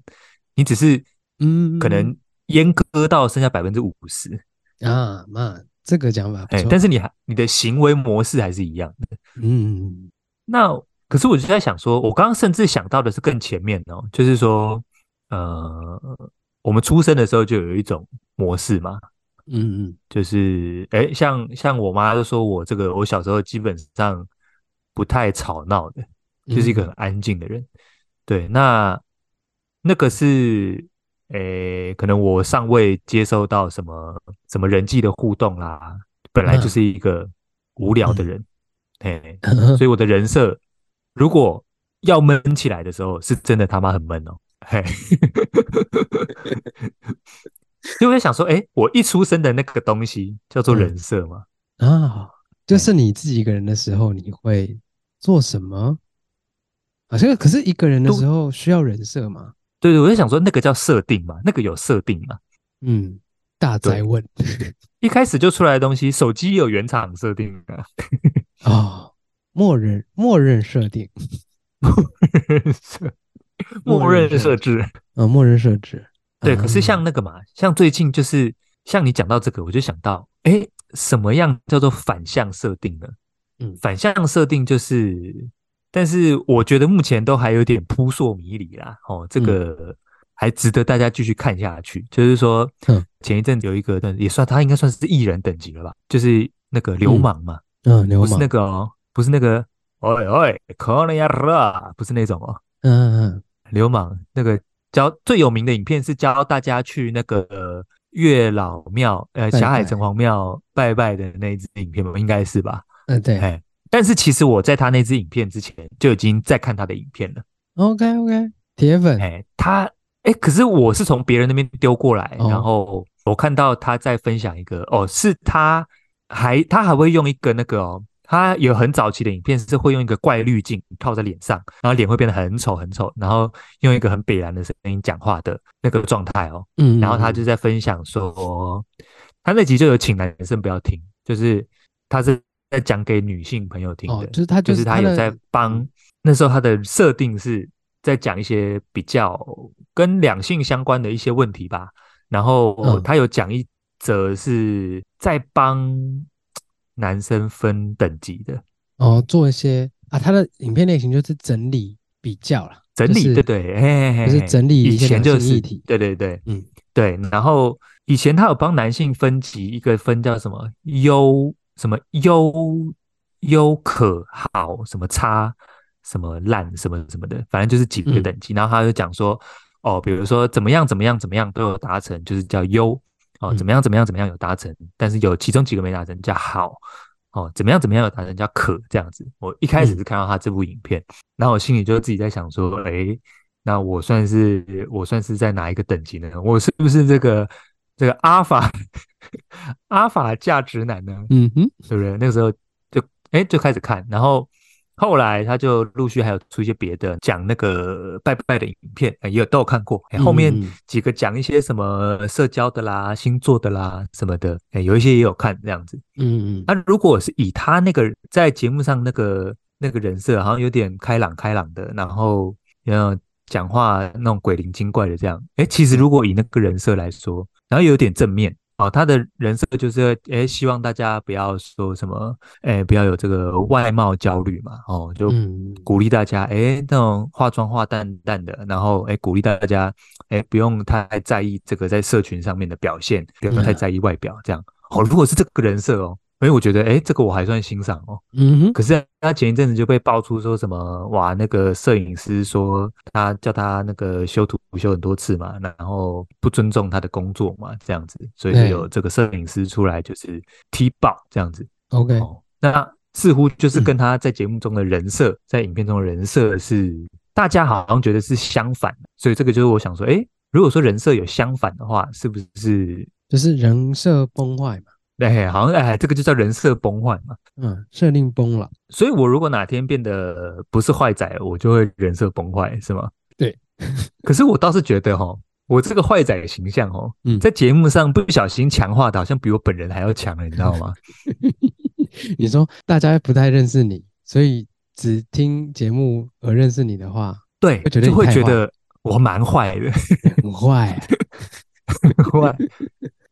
A: 你只是
B: 嗯，
A: 可能阉割到剩下百分之五十，
B: 啊，那这个讲法不
A: 哎，
B: 错。
A: 但是你还你的行为模式还是一样的。
B: 嗯，
A: 那可是我就在想说，我刚刚甚至想到的是更前面哦，就是说，呃，我们出生的时候就有一种模式嘛，
B: 嗯嗯
A: 就是诶，像像我妈就说我这个，我小时候基本上不太吵闹的，
B: 嗯，
A: 就是一个很安静的人。对，那那个是诶，可能我尚未接收到什么什么人际的互动啦，本来就
B: 嗯
A: 是一个无聊的
B: 嗯
A: 人，嘿，
B: 嗯
A: 所以我的人设如果要闷起来的时候，是真的他妈很闷哦，嘿， 所以我就想说，诶，我一出生的那个东西叫做
B: 嗯
A: 人设嘛，
B: 啊，就是你自己一个人的时候，你会做什么？好像可是一个人的
A: 都
B: 时候需要人设嘛？
A: 对对，我就想说那个叫设定嘛，那个有设定嘛，
B: 嗯，大
A: 对
B: 宅问
A: 一开始就出来的东西，手机 也有原厂设定啊。
B: 哦啊，默认默认设定
A: 认设，默
B: 默认
A: 认设置。
B: 呃，默认设置。
A: 对，
B: 嗯
A: 可是像那个嘛，像最近就是像你讲到这个，我就想到，哎，什么样叫做反向设定呢？
B: 嗯
A: 反向设定就是，但是我觉得目前都还有点扑朔迷离啦。哦，这
B: 嗯
A: 个还值得大家继续看下去。就是说
B: 嗯，
A: 前一阵子有一个，但也算他应该算是艺人等级了吧，就是那个流
B: 嗯
A: 氓嘛，
B: 嗯，流
A: 不是
B: 氓，
A: 那个哦，不是那个，哦哦，可能呀啦，不是那种哦，
B: 嗯嗯
A: 流氓那个教最有名的影片是教大家去那个呃月老庙，呃，
B: 拜
A: 霞海
B: 拜
A: 城隍庙拜拜的那一支影片吧，应该是吧？
B: 嗯，对
A: 哎，但是其实我在他那支影片之前就已经在看他的影片了。
B: ，OK OK，铁粉，
A: 哎，他哎，可是我是从别人那边丢过来，
B: 哦
A: 然后我看到他在分享一个哦，是他还他还会用一个那个哦，他有很早期的影片是会用一个怪滤镜套在脸上，然后脸会变得很丑很丑，然后用一个很北然的声音讲话的那个状态哦，
B: 嗯，
A: 然后他
B: 嗯
A: 就在分享说，他那集就有请男生不要听，就是他是在讲给女性朋友听
B: 哦，
A: 的，
B: 就是他
A: 就是是他
B: 的
A: 有在帮那时候他的设定是在讲一些比较跟两性相关的一些问题吧，然后
B: 嗯
A: 他有讲一则是在帮男生分等级的
B: 哦做一些啊，他的影片类型就是整理比较啦，
A: 整
B: 就
A: 理，
B: 是
A: 对对，嘿嘿
B: 就是
A: 嘿
B: 整理一
A: 以
B: 些
A: 前
B: 两
A: 就
B: 性
A: 是
B: 议题
A: 对对对，
B: 嗯
A: 对，然后以前他有帮男性分级一个分叫什么优什么优优可好什么差什么烂什么什么的，反正就是几个
B: 嗯
A: 等级。然后他就讲说，哦，比如说怎么样怎么样怎么样都有达成，就是叫优哦，
B: 嗯
A: 怎么样怎么样怎么样有达成，但是有其中几个没达成叫好哦，怎么样怎么样有达成叫可这样子。我一开始
B: 嗯
A: 是看到他这部影片，然后我心里就自己在想说，诶，那我算是我算是在哪一个等级呢？我是不是这个这个阿法 阿法价值男呢？
B: 嗯哼，
A: 对不对？那个时候就哎、诶就开始看，然后后来他就陆续还有出一些别的讲那个拜拜的影片，呃也有都有看过。诶后面
B: 嗯嗯嗯
A: 几个讲一些什么社交的啦、星座的啦什么的，诶有一些也有看这样子。
B: 嗯嗯
A: 那、如果是以他那个在节目上那个那个人设，好像有点开朗开朗的，然后呃讲话那种鬼灵精怪的这样，哎，其实如果以那个人设来说，然后有点正面哦，他的人设就是哎希望大家不要说什么，哎不要有这个外貌焦虑嘛，哦就
B: 嗯
A: 鼓励大家，哎，那种化妆化淡淡的，然后哎，鼓励大家，哎，不用太在意这个在社群上面的表现，不用太
B: 嗯
A: 在意外表，这样。哦，如果是这个人设哦，因为我觉得，哎，这个我还算欣赏哦。
B: 嗯哼，
A: 可是他前一阵子就被爆出说什么，哇，那个摄影师说他叫他那个修图修很多次嘛，然后不尊重他的工作嘛，这样子，所以就
B: 对
A: 有这个摄影师出来就是踢爆这样子。
B: OK，
A: 哦，那似乎就是
B: 嗯
A: 跟他在节目中的人设，在影片中的人设是大家好像觉得是相反的，所以这个就是我想说，诶，如果说人设有相反的话，是不是？
B: 就是人设崩坏嘛，
A: 哎，好像哎，这个就叫人设崩坏嘛。
B: 嗯，设定崩了，
A: 所以我如果哪天变得不是坏仔，我就会人设崩坏，是吗？
B: 对。
A: 可是我倒是觉得哈，我这个坏仔的形象哦，
B: 嗯
A: 在节目上不小心强化的，好像比我本人还要强了，你知道吗？
B: 你说大家不太认识你，所以只听节目而认识你的话，
A: 对，
B: 会觉得
A: 就
B: 你
A: 会
B: 太
A: 觉
B: 坏
A: 得我蛮坏的，
B: 很坏啊、
A: 坏。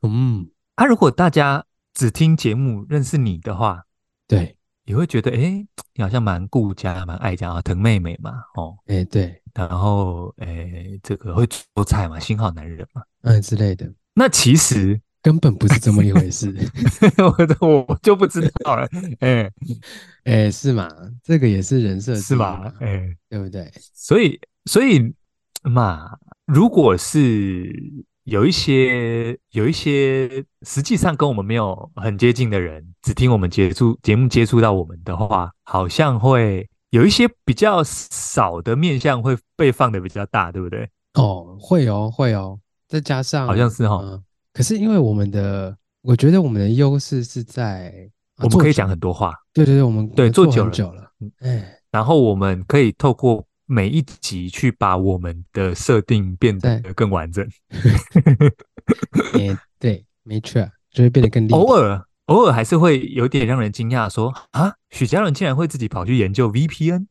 B: 嗯，
A: 啊，如果大家只听节目认识你的话，
B: 对，
A: 也会觉得，诶，你好像蛮顾家、蛮爱家啊，疼妹妹嘛，哦，
B: 哎、对，
A: 然后，诶，这个会做菜嘛，心好男人嘛。
B: 嗯之类的，
A: 那其实
B: 根本不是这么一回事。
A: 我我就不知道了，诶，
B: 哎、是嘛？这个也是人设之
A: 是
B: 一
A: 吧？诶，
B: 对不对？
A: 所以，所以嘛，如果是有一些有一些实际上跟我们没有很接近的人，只听我们接触节目接触到我们的话，好像会有一些比较少的面向会被放的比较大，对不对？
B: 哦，会哦，会哦，再加上
A: 好像是哈
B: 嗯可是因为我们的，我觉得我们的优势是在、啊
A: 我们可以讲，
B: 做
A: 很
B: 久
A: 多话，
B: 对对对，我们
A: 对
B: 我们
A: 做
B: 做
A: 久
B: 很
A: 了
B: 久了
A: 嗯，
B: 哎，
A: 然后我们可以透过每一集去把我们的设定变得更完整，
B: 哎，对，没错，就会变得更立
A: 偶
B: 体。
A: 尔。偶尔还是 会有点让人惊讶说，啊，许家人竟然会自己跑去研究 VPN，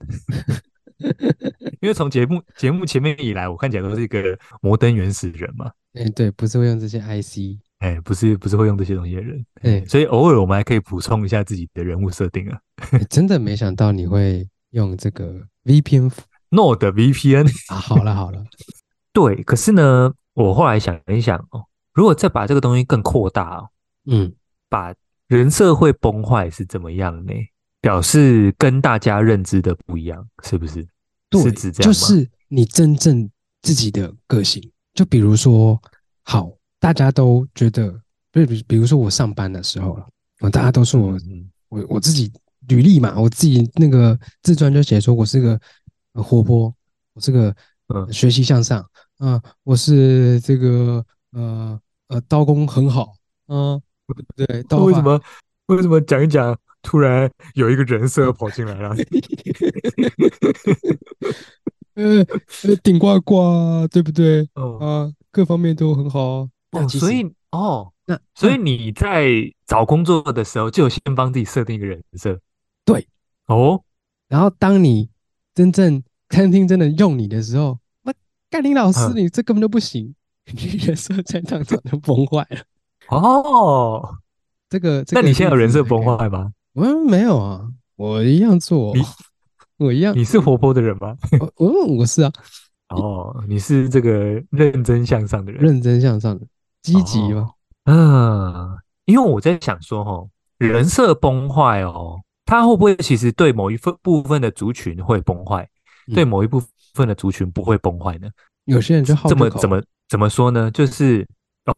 A: 因为从节目节目前面以来，我看起来都是一个摩登原始人嘛，
B: 哎、对，不是会用这些 IC，
A: 哎、不是不是会用这些东西的人，哎、
B: 对
A: 所以偶尔我们还可以补充一下自己的人物设定啊。
B: 哎真的没想到你会用这个 VPN 服
A: Node VPN，
B: 啊！好了好了，
A: 对，可是呢，我后来想了一想哦，如果再把这个东西更扩大、哦，
B: 嗯，
A: 把人设会崩坏是怎么样呢？表示跟大家认知的不一样，是不是？
B: 对，
A: 是指这样
B: 就
A: 吗？
B: 是你真正自己的个性。就比如说，好，大家都觉得，比比比如说我上班的时候了，嗯大家都说我
A: 嗯
B: 我我自己履历嘛，我自己那个自传就写说我是个、呃活泼，我是个、呃
A: 嗯
B: 学习向上，啊、我是这个呃呃刀工很好，嗯、对，刀
A: 为
B: 法
A: 什么为什么讲一讲，突然有一个人设跑进来 了？
B: 呃呃顶呱呱，对不对
A: 哦
B: 啊？各方面都很好啊。那
A: 哦，
B: 其
A: 所
B: 实
A: 以哦，
B: 那
A: 所以你在找工作的时候，就先帮自己设定一个人设。
B: 对，
A: 哦，
B: 然后当你真正餐厅真的用你的时候，我干林老师，
A: 嗯
B: 你这根本就不行， 你人设在当场就崩坏了。
A: 哦，
B: 这个，这
A: 那
B: 个
A: 你现在有
B: 例
A: 人
B: 子
A: 设
B: 还
A: 崩
B: 可以？
A: 坏 吗？
B: 我没有啊，我一样做
A: 你，
B: 我一样，
A: 你是活泼的人吗？
B: 我我我 是啊，
A: 哦，你是这个认真向上的人。
B: 认真向上的，积极
A: 哦
B: 嘛。
A: 嗯，因为我在想说，哦，人设崩坏哦，它会不会其实对某一分部分的族群会崩坏，
B: 嗯
A: 对某一部分的族群不会崩坏呢？
B: 有些人就好
A: 这
B: 这
A: 么
B: 口
A: 怎么怎么说呢？就是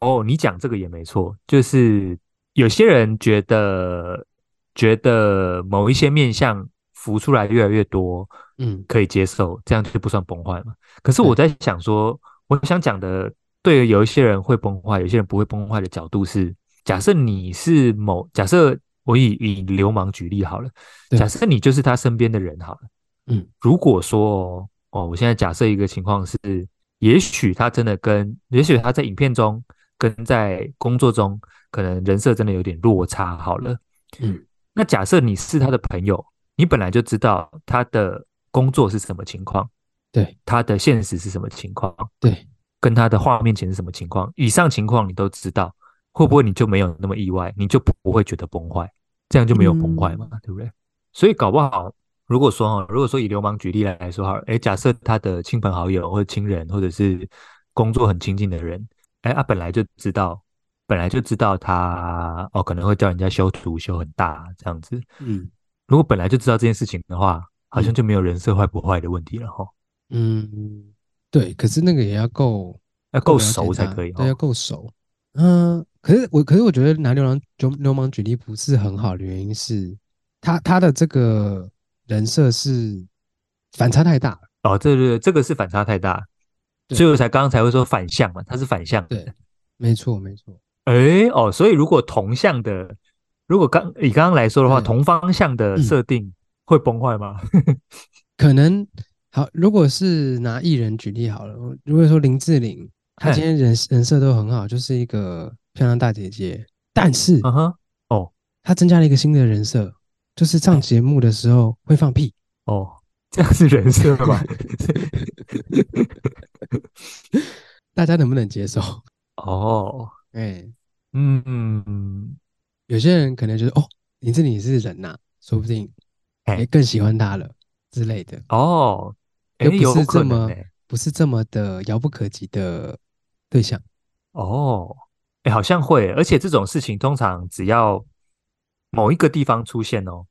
A: 哦，你讲这个也没错，就是有些人觉得觉得某一些面相浮出来越来越多，
B: 嗯
A: 可以接受，这样就不算崩坏嘛。可是我在想说，我想讲的，对有一些人会崩坏，有些人不会崩坏的角度是，假设你是某，假设我以以流氓举例好了，
B: 对
A: 假设你就是他身边的人好了，
B: 嗯，
A: 如果说哦，哦，我现在假设一个情况是，也许他真的跟，也许他在影片中跟在工作中，可能人设真的有点落差好了，
B: 嗯，
A: 那假设你是他的朋友，你本来就知道他的工作是什么情况，
B: 对
A: 他的现实是什么情况，
B: 对，
A: 跟他的画面前是什么情况，以上情况你都知道，会不会你就没有那么意外，你就不不会觉得崩坏，这样就没有崩坏
B: 嗯
A: 嘛，对不对？所以搞不好，如果说哦，如果说以流氓举例来来说好了，哎，假设他的亲朋好友或者亲人或者是工作很亲近的人，哎，他、本来就知道，本来就知道他哦可能会叫人家修图修很大这样子，
B: 嗯
A: 如果本来就知道这件事情的话，好像
B: 嗯
A: 就没有人设坏不坏的问题了哈。
B: 嗯，对，可是那个也要够
A: 要够熟才可以哦
B: 对，要
A: 哈。
B: 够熟。嗯，可是我，可是我觉得拿流氓流流氓举例不是很好的原因是，他他的这个人设是反差太大了。
A: 哦，这个这个是反差太大，
B: 对
A: 所以我才刚刚才会说反向嘛，它是反向。
B: 对，没错，没错，
A: 哎哦，所以如果同向的，如果刚以刚刚来说的话，
B: 对
A: 同方向的
B: 嗯
A: 设定会崩坏吗？
B: 可能好，如果是拿艺人举例好了，如果说林志玲，她
A: 嘿
B: 今天人人设都很好，就是一个漂亮大姐姐，但是
A: 嗯哼，
B: 她增加了一个新的人设，就是上节目的时候会放屁。
A: 哦，这样是人设吗？
B: 大家能不能接受？
A: 哦，
B: 哎，
A: 嗯嗯，
B: 有些人可能觉得哦，林志玲也是人呐、说不定
A: 哎
B: 哎更喜欢他了之类的，
A: 哦，哎，
B: 又不
A: 有
B: 是
A: 可
B: 这
A: 能
B: 么
A: 哎，
B: 不是这么的遥不可及的对象。
A: 哦，哎，好像会，而且这种事情通常只要某一个地方出现哦，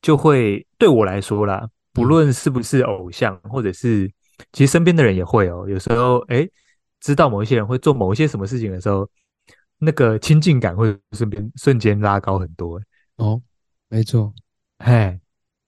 A: 就会对我来说啦，不
B: 嗯
A: 论是不是偶像，或者是其实身边的人也会哦，有时候哎，知道某一些人会做某一些什么事情的时候，那个亲近感会瞬间瞬间拉高很多。
B: 哦，没错，
A: 哎，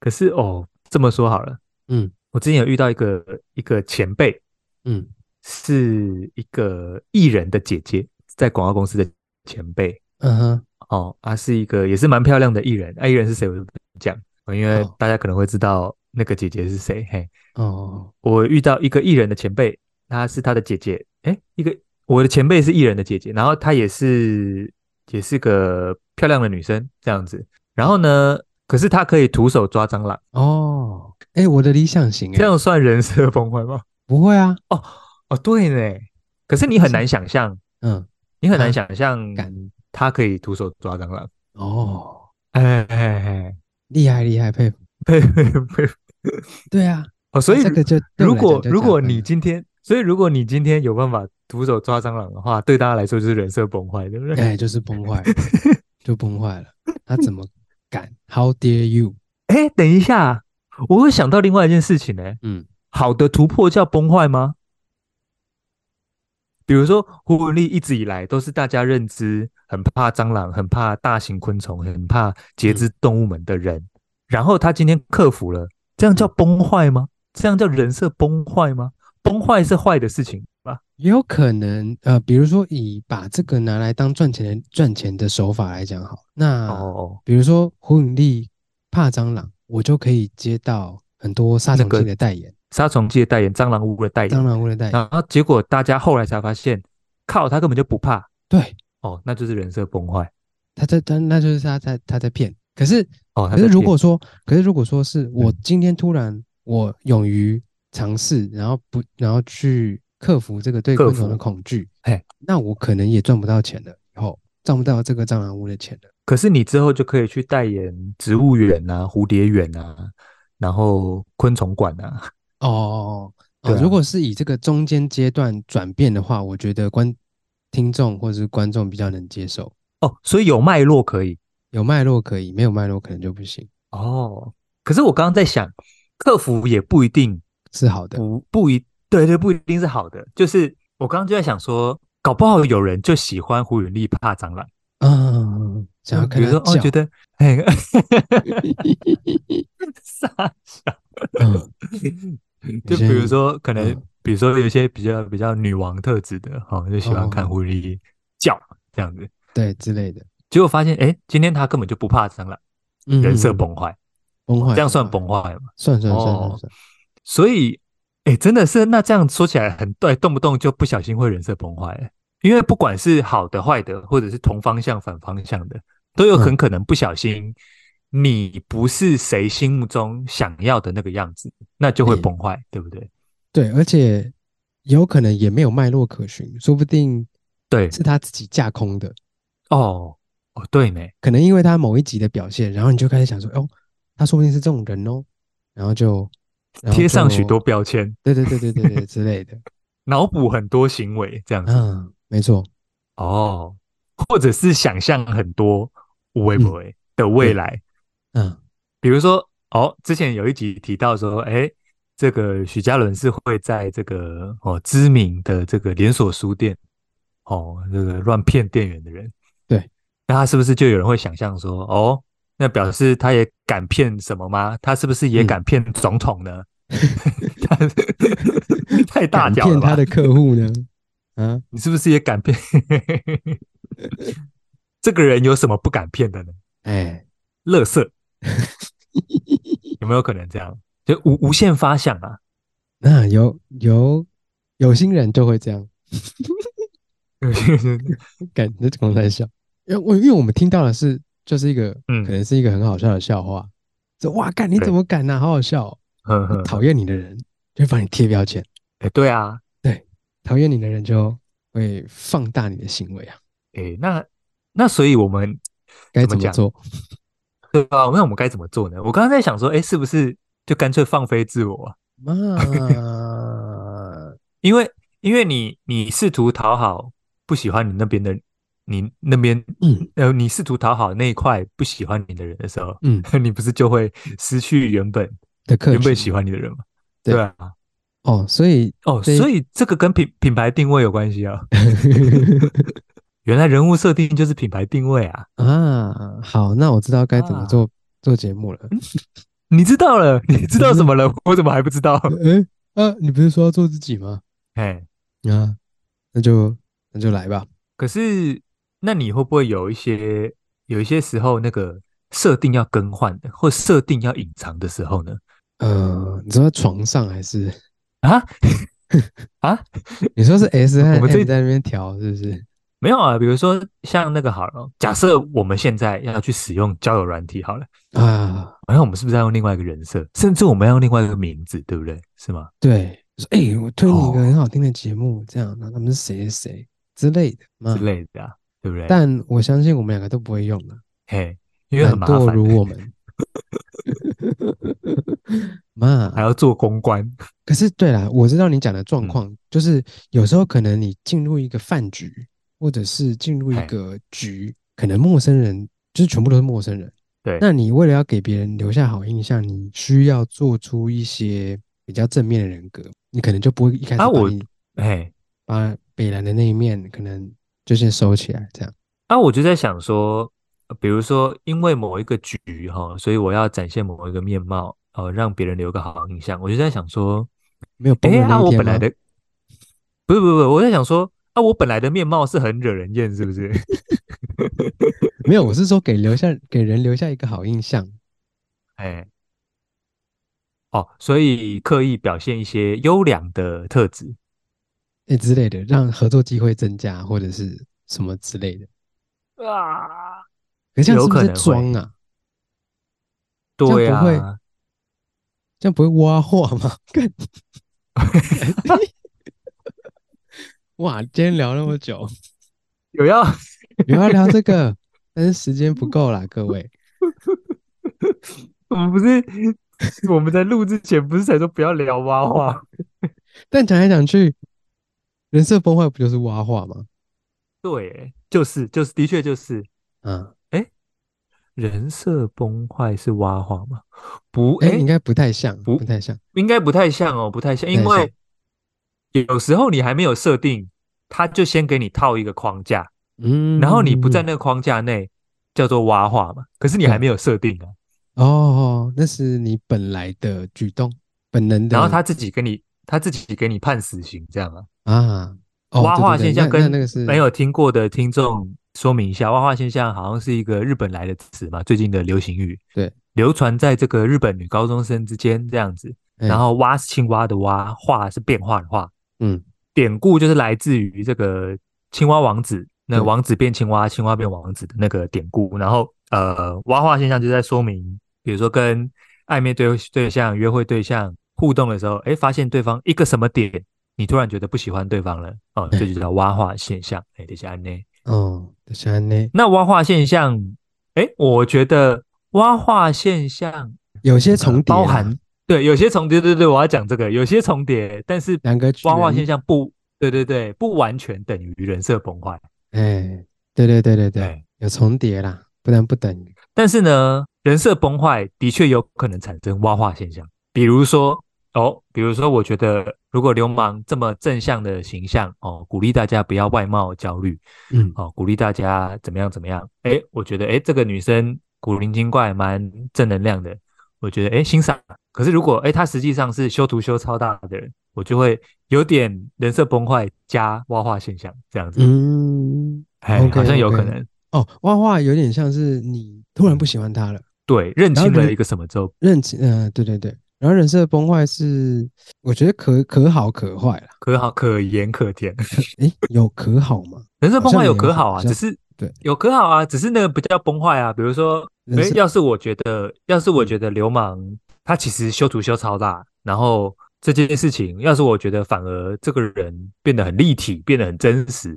A: 可是哦，这么说好了，
B: 嗯
A: 我之前有遇到一个一个前辈，
B: 嗯
A: 是一个艺人的姐姐，在广告公司的前辈。
B: 嗯哼，
A: 哦，她是一个也是蛮漂亮的艺人，啊，艺人是谁我就不讲，哦因为
B: 哦
A: 大家可能会知道那个姐姐是谁。嘿，
B: 哦
A: 我遇到一个艺人的前辈，她是她的姐姐，诶，一个我的前辈是艺人的姐姐，然后她也是也是个漂亮的女生这样子，然后呢，可是她可以徒手抓蟑螂，
B: 哦，哎、我的理想型、
A: 这
B: 哎，
A: 样算人设崩坏吗？
B: 不会啊，
A: 哦，对呢，可是你很难想象，
B: 嗯，
A: 你很难
B: 啊
A: 想象
B: 敢
A: 他可以徒手抓蟑螂。
B: 哦，
A: 哎哎 哎，
B: 厉害厉害，佩服。
A: 对对对，
B: 对啊，
A: 哦，所以
B: 这个就对
A: 如
B: 我来讲
A: 果
B: 就
A: 如
B: 加
A: 果
B: 分
A: 你
B: 了
A: 今天，所以如果你今天有办法徒手抓蟑螂的话，对大家来说就是人设崩坏，对不对？
B: 哎，就是崩坏， 就崩坏了。他怎么敢？How dare you？
A: 哎，等一下，我会想到另外一件事情呢、
B: 嗯，
A: 好的突破叫崩坏吗？比如说，胡文丽一直以来都是大家认知很怕蟑螂、很怕大型昆虫、很怕节肢动物们的人，
B: 嗯
A: 然后他今天克服了，这样叫崩坏吗？这样叫人设崩坏吗？崩坏是坏的事情吧？
B: 也有可能，呃，比如说以把这个拿来当赚钱的赚钱的手法来讲好，那、
A: 哦，
B: 比如说胡永丽怕蟑螂，我就可以接到很多杀
A: 那
B: 虫剂
A: 个
B: 的代言，
A: 杀虫剂的代言、蟑螂屋的代
B: 蟑
A: 言，
B: 螂屋的代言。
A: 然后结果大家后来才发现，靠，他根本就不怕
B: 对，
A: 哦，那就是人设崩坏
B: 他在他那就是他在他在骗。可是
A: 哦。他
B: 可是
A: 在
B: 如
A: 骗嗯
B: 果说，可是如果说是我今天突然我勇于尝试，然后不然后去克服这个对
A: 克
B: 昆虫
A: 服
B: 的恐惧，
A: 嘿，
B: 那我可能也赚不到钱了，以后赚不到这个蟑螂屋的钱了。
A: 可是你之后就可以去代言植物园啊、蝴蝶园啊，然后昆虫馆啊。
B: 哦哦哦，
A: 对
B: 哦
A: 啊
B: 如果是以这个中间阶段转变的话，我觉得观听众或者是观众比较能接受，
A: 哦，所以有脉络可以。
B: 有脉络可以，没有脉络可能就不行，
A: 哦，可是我刚刚在想，客服也不一定
B: 是好的。
A: 不不一对对不一定是好的。就是我刚刚就在想说，搞不好有人就喜欢胡允丽怕蟑螂，
B: 嗯，想要
A: 比
B: 看
A: 如
B: 他
A: 说哦
B: 叫，
A: 觉得哎， 傻笑。
B: 嗯，
A: 就比
B: 有些
A: 如说，可能
B: 嗯
A: 比如说有一些比较比较女王特质的，哦，就喜欢看
B: 哦
A: 狐狸叫这样子，
B: 对之类的，
A: 结果发现，哎，今天他根本就不怕蟑螂，
B: 嗯
A: 人设崩坏，
B: 崩坏，
A: 这样算
B: 崩
A: 崩
B: 坏，
A: 坏吗？
B: 算算算
A: 哦
B: 算算，
A: 所以，哎，真的是，那这样说起来很对，动不动就不小心会人设崩坏，诶因为不管是好的、坏的，或者是同方向、反方向的，都有
B: 嗯
A: 很可能不小心，你不是谁心目中想要的那个样子，那就会
B: 诶
A: 崩坏，对不对？
B: 对，而且有可能也没有脉络可循，说不定
A: 对，
B: 是他自己架空的，
A: 哦，哦，对呢。
B: 可能因为他某一集的表现，然后你就开始想说，哦，他说不定是这种人哦，然后就然后
A: 贴上
B: 就
A: 许多标签，
B: 对对对对对对之类的，
A: 脑补很多行为这样子、
B: 嗯，没错，
A: 哦，或者是想象很多无为不为的未来，
B: 嗯，
A: 比如说哦，之前有一集提到说，哎，这个许嘉伦是会在这个哦知名的这个连锁书店哦这个乱骗店员的人，
B: 对，
A: 那他是不是就有人会想象说，哦，那表示他也敢骗什么吗？他是不是也
B: 嗯
A: 敢骗总统 呢？他太大
B: 敢
A: 条了
B: 骗
A: 吧？
B: 他的客户呢，啊，
A: 你是不是也敢骗？ 这个人有什么不敢骗的呢？
B: 哎，
A: 乐 色有没有可能这样？就无无限发想啊！
B: 那有有有心人就会这样，感觉狂在笑，因为我因为我们听到的是就是一个
A: 嗯
B: 可能是一个很好笑的笑话，这哇干你
A: 对嗯
B: 怎么敢呢、好好笑、哦。
A: 呵呵，
B: 讨厌你的人就会帮你贴标签，
A: 哎，对啊，
B: 讨厌你的人就会放大你的行为啊，
A: 哎，那那所以我们
B: 该
A: 怎
B: 怎
A: 么
B: 么
A: 讲
B: 做？
A: 对吧？那我们该怎么做呢？我刚刚在想说，哎，是不是就干脆放飞自我啊？
B: 啊，
A: 因为因为你你试图讨好不喜欢你那边的你那边
B: 嗯
A: 呃，你试图讨好那一块不喜欢你的人的时候，
B: 嗯
A: 你不是就会失去原本
B: 的客
A: 原本
B: 群
A: 喜欢你的人吗？
B: 对
A: 对啊，
B: 哦，所 以
A: 哦，
B: 对
A: 所以这个跟品品牌定位有关系啊。原来人物设定就是品牌定位啊，
B: 啊，好，那我知道该怎么
A: 啊
B: 做做节目了。
A: 你知道了，你知道什么了？我怎么还不知 道？
B: 诶，啊，你不是说要做自己吗？
A: 哎，
B: 啊，那就那就来吧。
A: 可是那你会不会有一些有一些时候那个设定要更换的，或设定要隐藏的时候呢？
B: 呃，你说在床上还是
A: 啊啊，
B: 你说是 S 和
A: 我们这
B: M 在那边调是不是？
A: 没有啊，比如说像那个好了，假设我们现在要去使用交友软体好了，
B: 啊，
A: 然后我们是不是要用另外一个人设，甚至我们要用另外一个名字，对不对？是吗？
B: 对，说哎、我推你一个
A: 哦
B: 很好听的节目，这样，那他们是谁谁谁之类的嘛
A: 之。类的啊，对不对？
B: 嗯但我相信我们两个都不会用的，
A: 嘿，因为很麻
B: 懒惰
A: 烦，
B: 如 我们。 嘛
A: 还，要做公关，
B: 可是对啦，我知道你讲的状
A: 嗯
B: 况，就是有时候可能你进入一个饭局，或者是进入一
A: 嘿
B: 个局，可能陌生人就是全部都是陌生人。
A: 对
B: 那你为了要给别人留下好印象，你需要做出一些比较正面的人格，你可能就不会一开始
A: 啊
B: 把
A: 我
B: 你
A: 嘿。
B: 把北兰的那一面可能就先收起来，这样。
A: 啊，我就在想说，呃比如说因为某一个局哈、所以我要展现某一个面貌，呃，让别人留个好印象。我就在想说，
B: 没有崩
A: 哎、
B: 的
A: 啊，
B: 那一
A: 我
B: 天
A: 本
B: 吗？
A: 来的，不是不是，不是我在想说，啊，我本来的面貌是很惹人厌，是不是？
B: 没有，我是说给留下给人留下一个好印象。
A: 哎，哦，所以刻意表现一些优良的特质。
B: 哎之类的，让合作机会增加或者是什么之类的。
A: 啊，
B: 可是这样
A: 有
B: 是不
A: 可
B: 是
A: 能会
B: 装啊？样
A: 对
B: 不会
A: 啊，
B: 这样不会挖话 吗？干 哇，今天聊那么久，
A: 有啊要
B: 有要聊这个， 但是时间不够啦，各位。
A: 我们不是我们在录之前不是才说不要聊挖话？
B: 但讲来讲去，人设崩坏不就是挖话吗？
A: 对，就是就是，的确就是
B: 啊，
A: 人设崩坏是挖话吗？不，
B: 哎、
A: 哎、
B: 应该不太像，
A: 不
B: 不太像。
A: 应该不太像哦，不太像，因
B: 不太像
A: 为有时候你还没有设定，他就先给你套一个框架，
B: 嗯，
A: 然后你不在
B: 嗯
A: 那个框架内，叫做挖话嘛。可是你
B: 对
A: 还没有设定啊，
B: 嗯哦，那是你本来的举动，本能的。
A: 然后他自己跟你，他自己给你判死刑这样啊。
B: 啊，哦，
A: 挖
B: 对
A: 话
B: 对对
A: 现象
B: 那那
A: 跟
B: 那个是
A: 没有听过的听众说明一下，挖话现象好像是一个日本来的词嘛，最近的流行语，
B: 对，
A: 流传在这个日本女高中生之间这样子。
B: 哎
A: 然后蛙是青蛙的蛙，化是变化的化，
B: 嗯，
A: 典故就是来自于这个青蛙王子，那
B: 对
A: 王子变青蛙，青蛙变王子的那个典故。然后呃，蛙化现象就在说明，比如说跟暧昧对对象、约会对象互动的时候，哎，发现对方一个什么点，你突然觉得不喜欢对方了，哦、这就叫蛙化现象。哎，等一下呢，
B: 哦，就是安呢，
A: 那蛙化现象，哎，我觉得蛙化现象
B: 有些重叠啦，
A: 包含对有些重叠，对对对，我要讲这个，有些重叠，但是
B: 两个
A: 挖化
B: 人
A: 现象不，对对对，不完全等于人设崩坏。
B: 哎，对对对对对
A: 哎，
B: 有重叠啦，不然不等于。
A: 但是呢，人设崩坏的确有可能产生挖化现象，比如说哦，比如说我觉得如果流氓这么正向的形象哦，鼓励大家不要外貌焦虑
B: 嗯，
A: 哦，鼓励大家怎么样怎么样，哎，我觉得哎这个女生古灵精怪，蛮正能量的，我觉得哎欣赏。可是如果哎她实际上是修图修超大的人，我就会有点人设崩坏加挖化现象这样子。
B: 嗯，
A: 哎，
B: OK，
A: 好像有
B: OK
A: 可能，
B: 哦，画画有点像是你突然不喜欢他了，
A: 对，认
B: 然后
A: 清了
B: 人
A: 一个什么之后，
B: 认清，嗯，对对对。然后人设崩坏是，我觉得可可好可坏啦。
A: 可好可盐可甜。
B: 诶，有可好吗？
A: 人设崩坏有可
B: 好
A: 好
B: 像
A: 啊，
B: 没有
A: 只是
B: 对
A: 有可好啊，只是那个不叫崩坏啊。比如说，
B: 人
A: 哎
B: 设，
A: 要是我觉得，要是
B: 嗯
A: 我觉得流氓他其实修图修超大，然后这件事情，要是我觉得反而这个人变得很立体，变得很真实，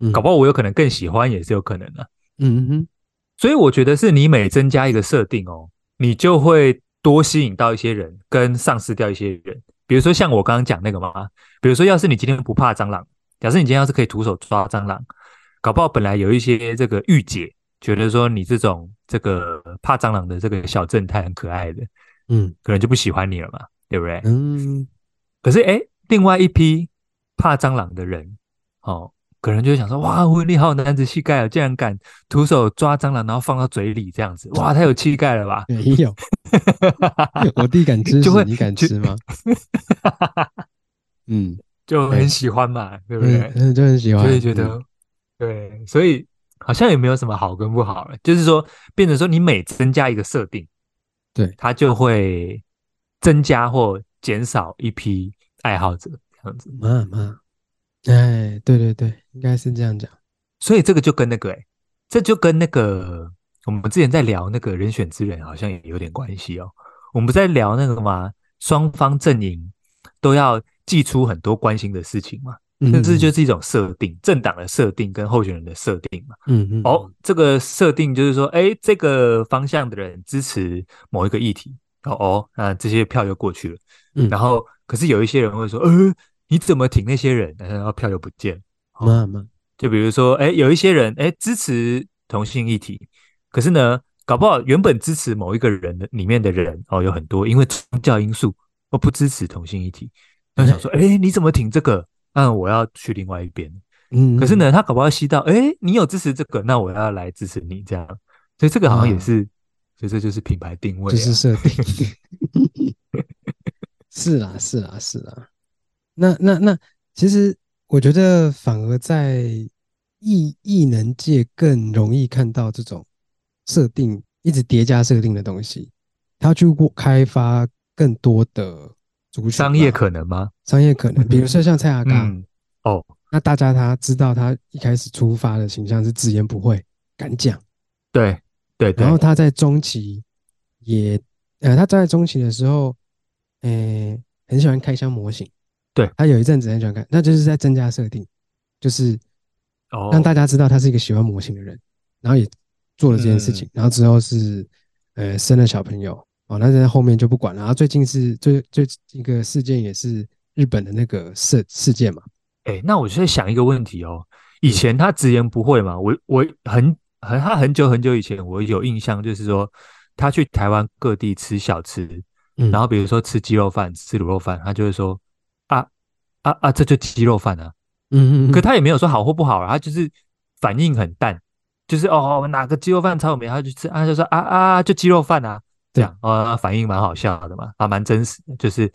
B: 嗯
A: 搞不好我有可能更喜欢，也是有可能啊的、
B: 嗯哼，
A: 所以我觉得是你每增加一个设定哦，你就会多吸引到一些人，跟丧失掉一些人。比如说像我刚刚讲那个嘛，比如说要是你今天不怕蟑螂，假设你今天要是可以徒手抓蟑螂，搞不好本来有一些这个御姐觉得说你这种这个怕蟑螂的这个小正太很可爱的，
B: 嗯
A: 可能就不喜欢你了嘛，对不对？
B: 嗯，？
A: 可是诶，另外一批怕蟑螂的人，哦，可能就会想说，哇，威力好有男子气概哦，竟然敢徒手抓蟑螂，然后放到嘴里这样子，哇，太有气概了吧
B: 没有， 我弟敢吃
A: 就
B: 屎
A: 会
B: 你敢
A: 就
B: 吃吗？嗯，
A: 就很喜欢嘛， 对不对？
B: 嗯，就很喜欢，
A: 所以觉
B: 嗯
A: 得，对，所以好像也没有什么好跟不好了，就是说，变成说你每增加一个设定，
B: 对
A: 它就会增加或减少一批爱好者这样子。
B: 妈妈，哎，对对对，应该是这样讲。
A: 所以这个就跟那个、欸，这就跟那个我们之前在聊那个人选之人，好像也有点关系哦。我们不在聊那个嘛，双方阵营都要寄出很多关心的事情嘛，
B: 嗯
A: 这是就是一种设定，政党的设定跟候选人的设定嘛。
B: 嗯嗯，
A: 哦，这个设定就是说，哎，这个方向的人支持某一个议题，哦哦，那这些票又过去了。
B: 嗯
A: 然后可是有一些人会说，呃，你怎么挺那些人？然后票又不见了。
B: 妈妈，
A: 就比如说，哎，有一些人哎支持同性议题，可是呢，搞不好原本支持某一个人的里面的人哦有很多，因为宗教因素哦不支持同性议题，那想说，哎，你怎么挺这个？嗯，我要去另外一边。
B: 嗯，
A: 可是呢，他搞不好吸到，哎，你有支持这个，那我要来支持你这样。所以这个好像也
B: 啊
A: 是，所以这就是品牌定位、啊。
B: 嗯就是设定。 是啦，是啦，是啦。那那那，其实我觉得反而在艺艺能界更容易看到这种设定，一直叠加设定的东西，它去过开发更多的族群
A: 商业
B: 吧
A: 可能吗？
B: 商业可能，比如说像蔡阿嘎，
A: 嗯，哦，
B: 那大家他知道他一开始出发的形象是直言不讳、敢讲。
A: 对对对
B: 然后，他在中期也，呃，他在中期的时候，呃，很喜欢开箱模型。
A: 对，
B: 他有一阵子很喜欢开，那就是在增加设定，就是
A: 哦，
B: 让大家知道他是一个喜欢模型的人，然后也做了这件事
A: 嗯
B: 情。然后之后是，呃，生了小朋友哦，那在后面就不管了。然后最近是最最一个事件也是日本的那个事事件嘛，
A: 哎，那我就在想一个问题哦，以前他直言不讳嘛，我我很很他很久很久以前我有印象，就是说他去台湾各地吃小吃，
B: 嗯
A: 然后比如说吃鸡肉饭、吃卤肉饭，他就会说啊啊啊，这就鸡肉饭啊，
B: 嗯嗯嗯，
A: 可他也没有说好或不好啊，他就是反应很淡，就是哦哪个鸡肉饭超有名，他就吃，他就说啊啊就鸡肉饭啊，这样啊、
B: 嗯
A: 哦、反应蛮好笑的嘛，啊蛮真实的，就是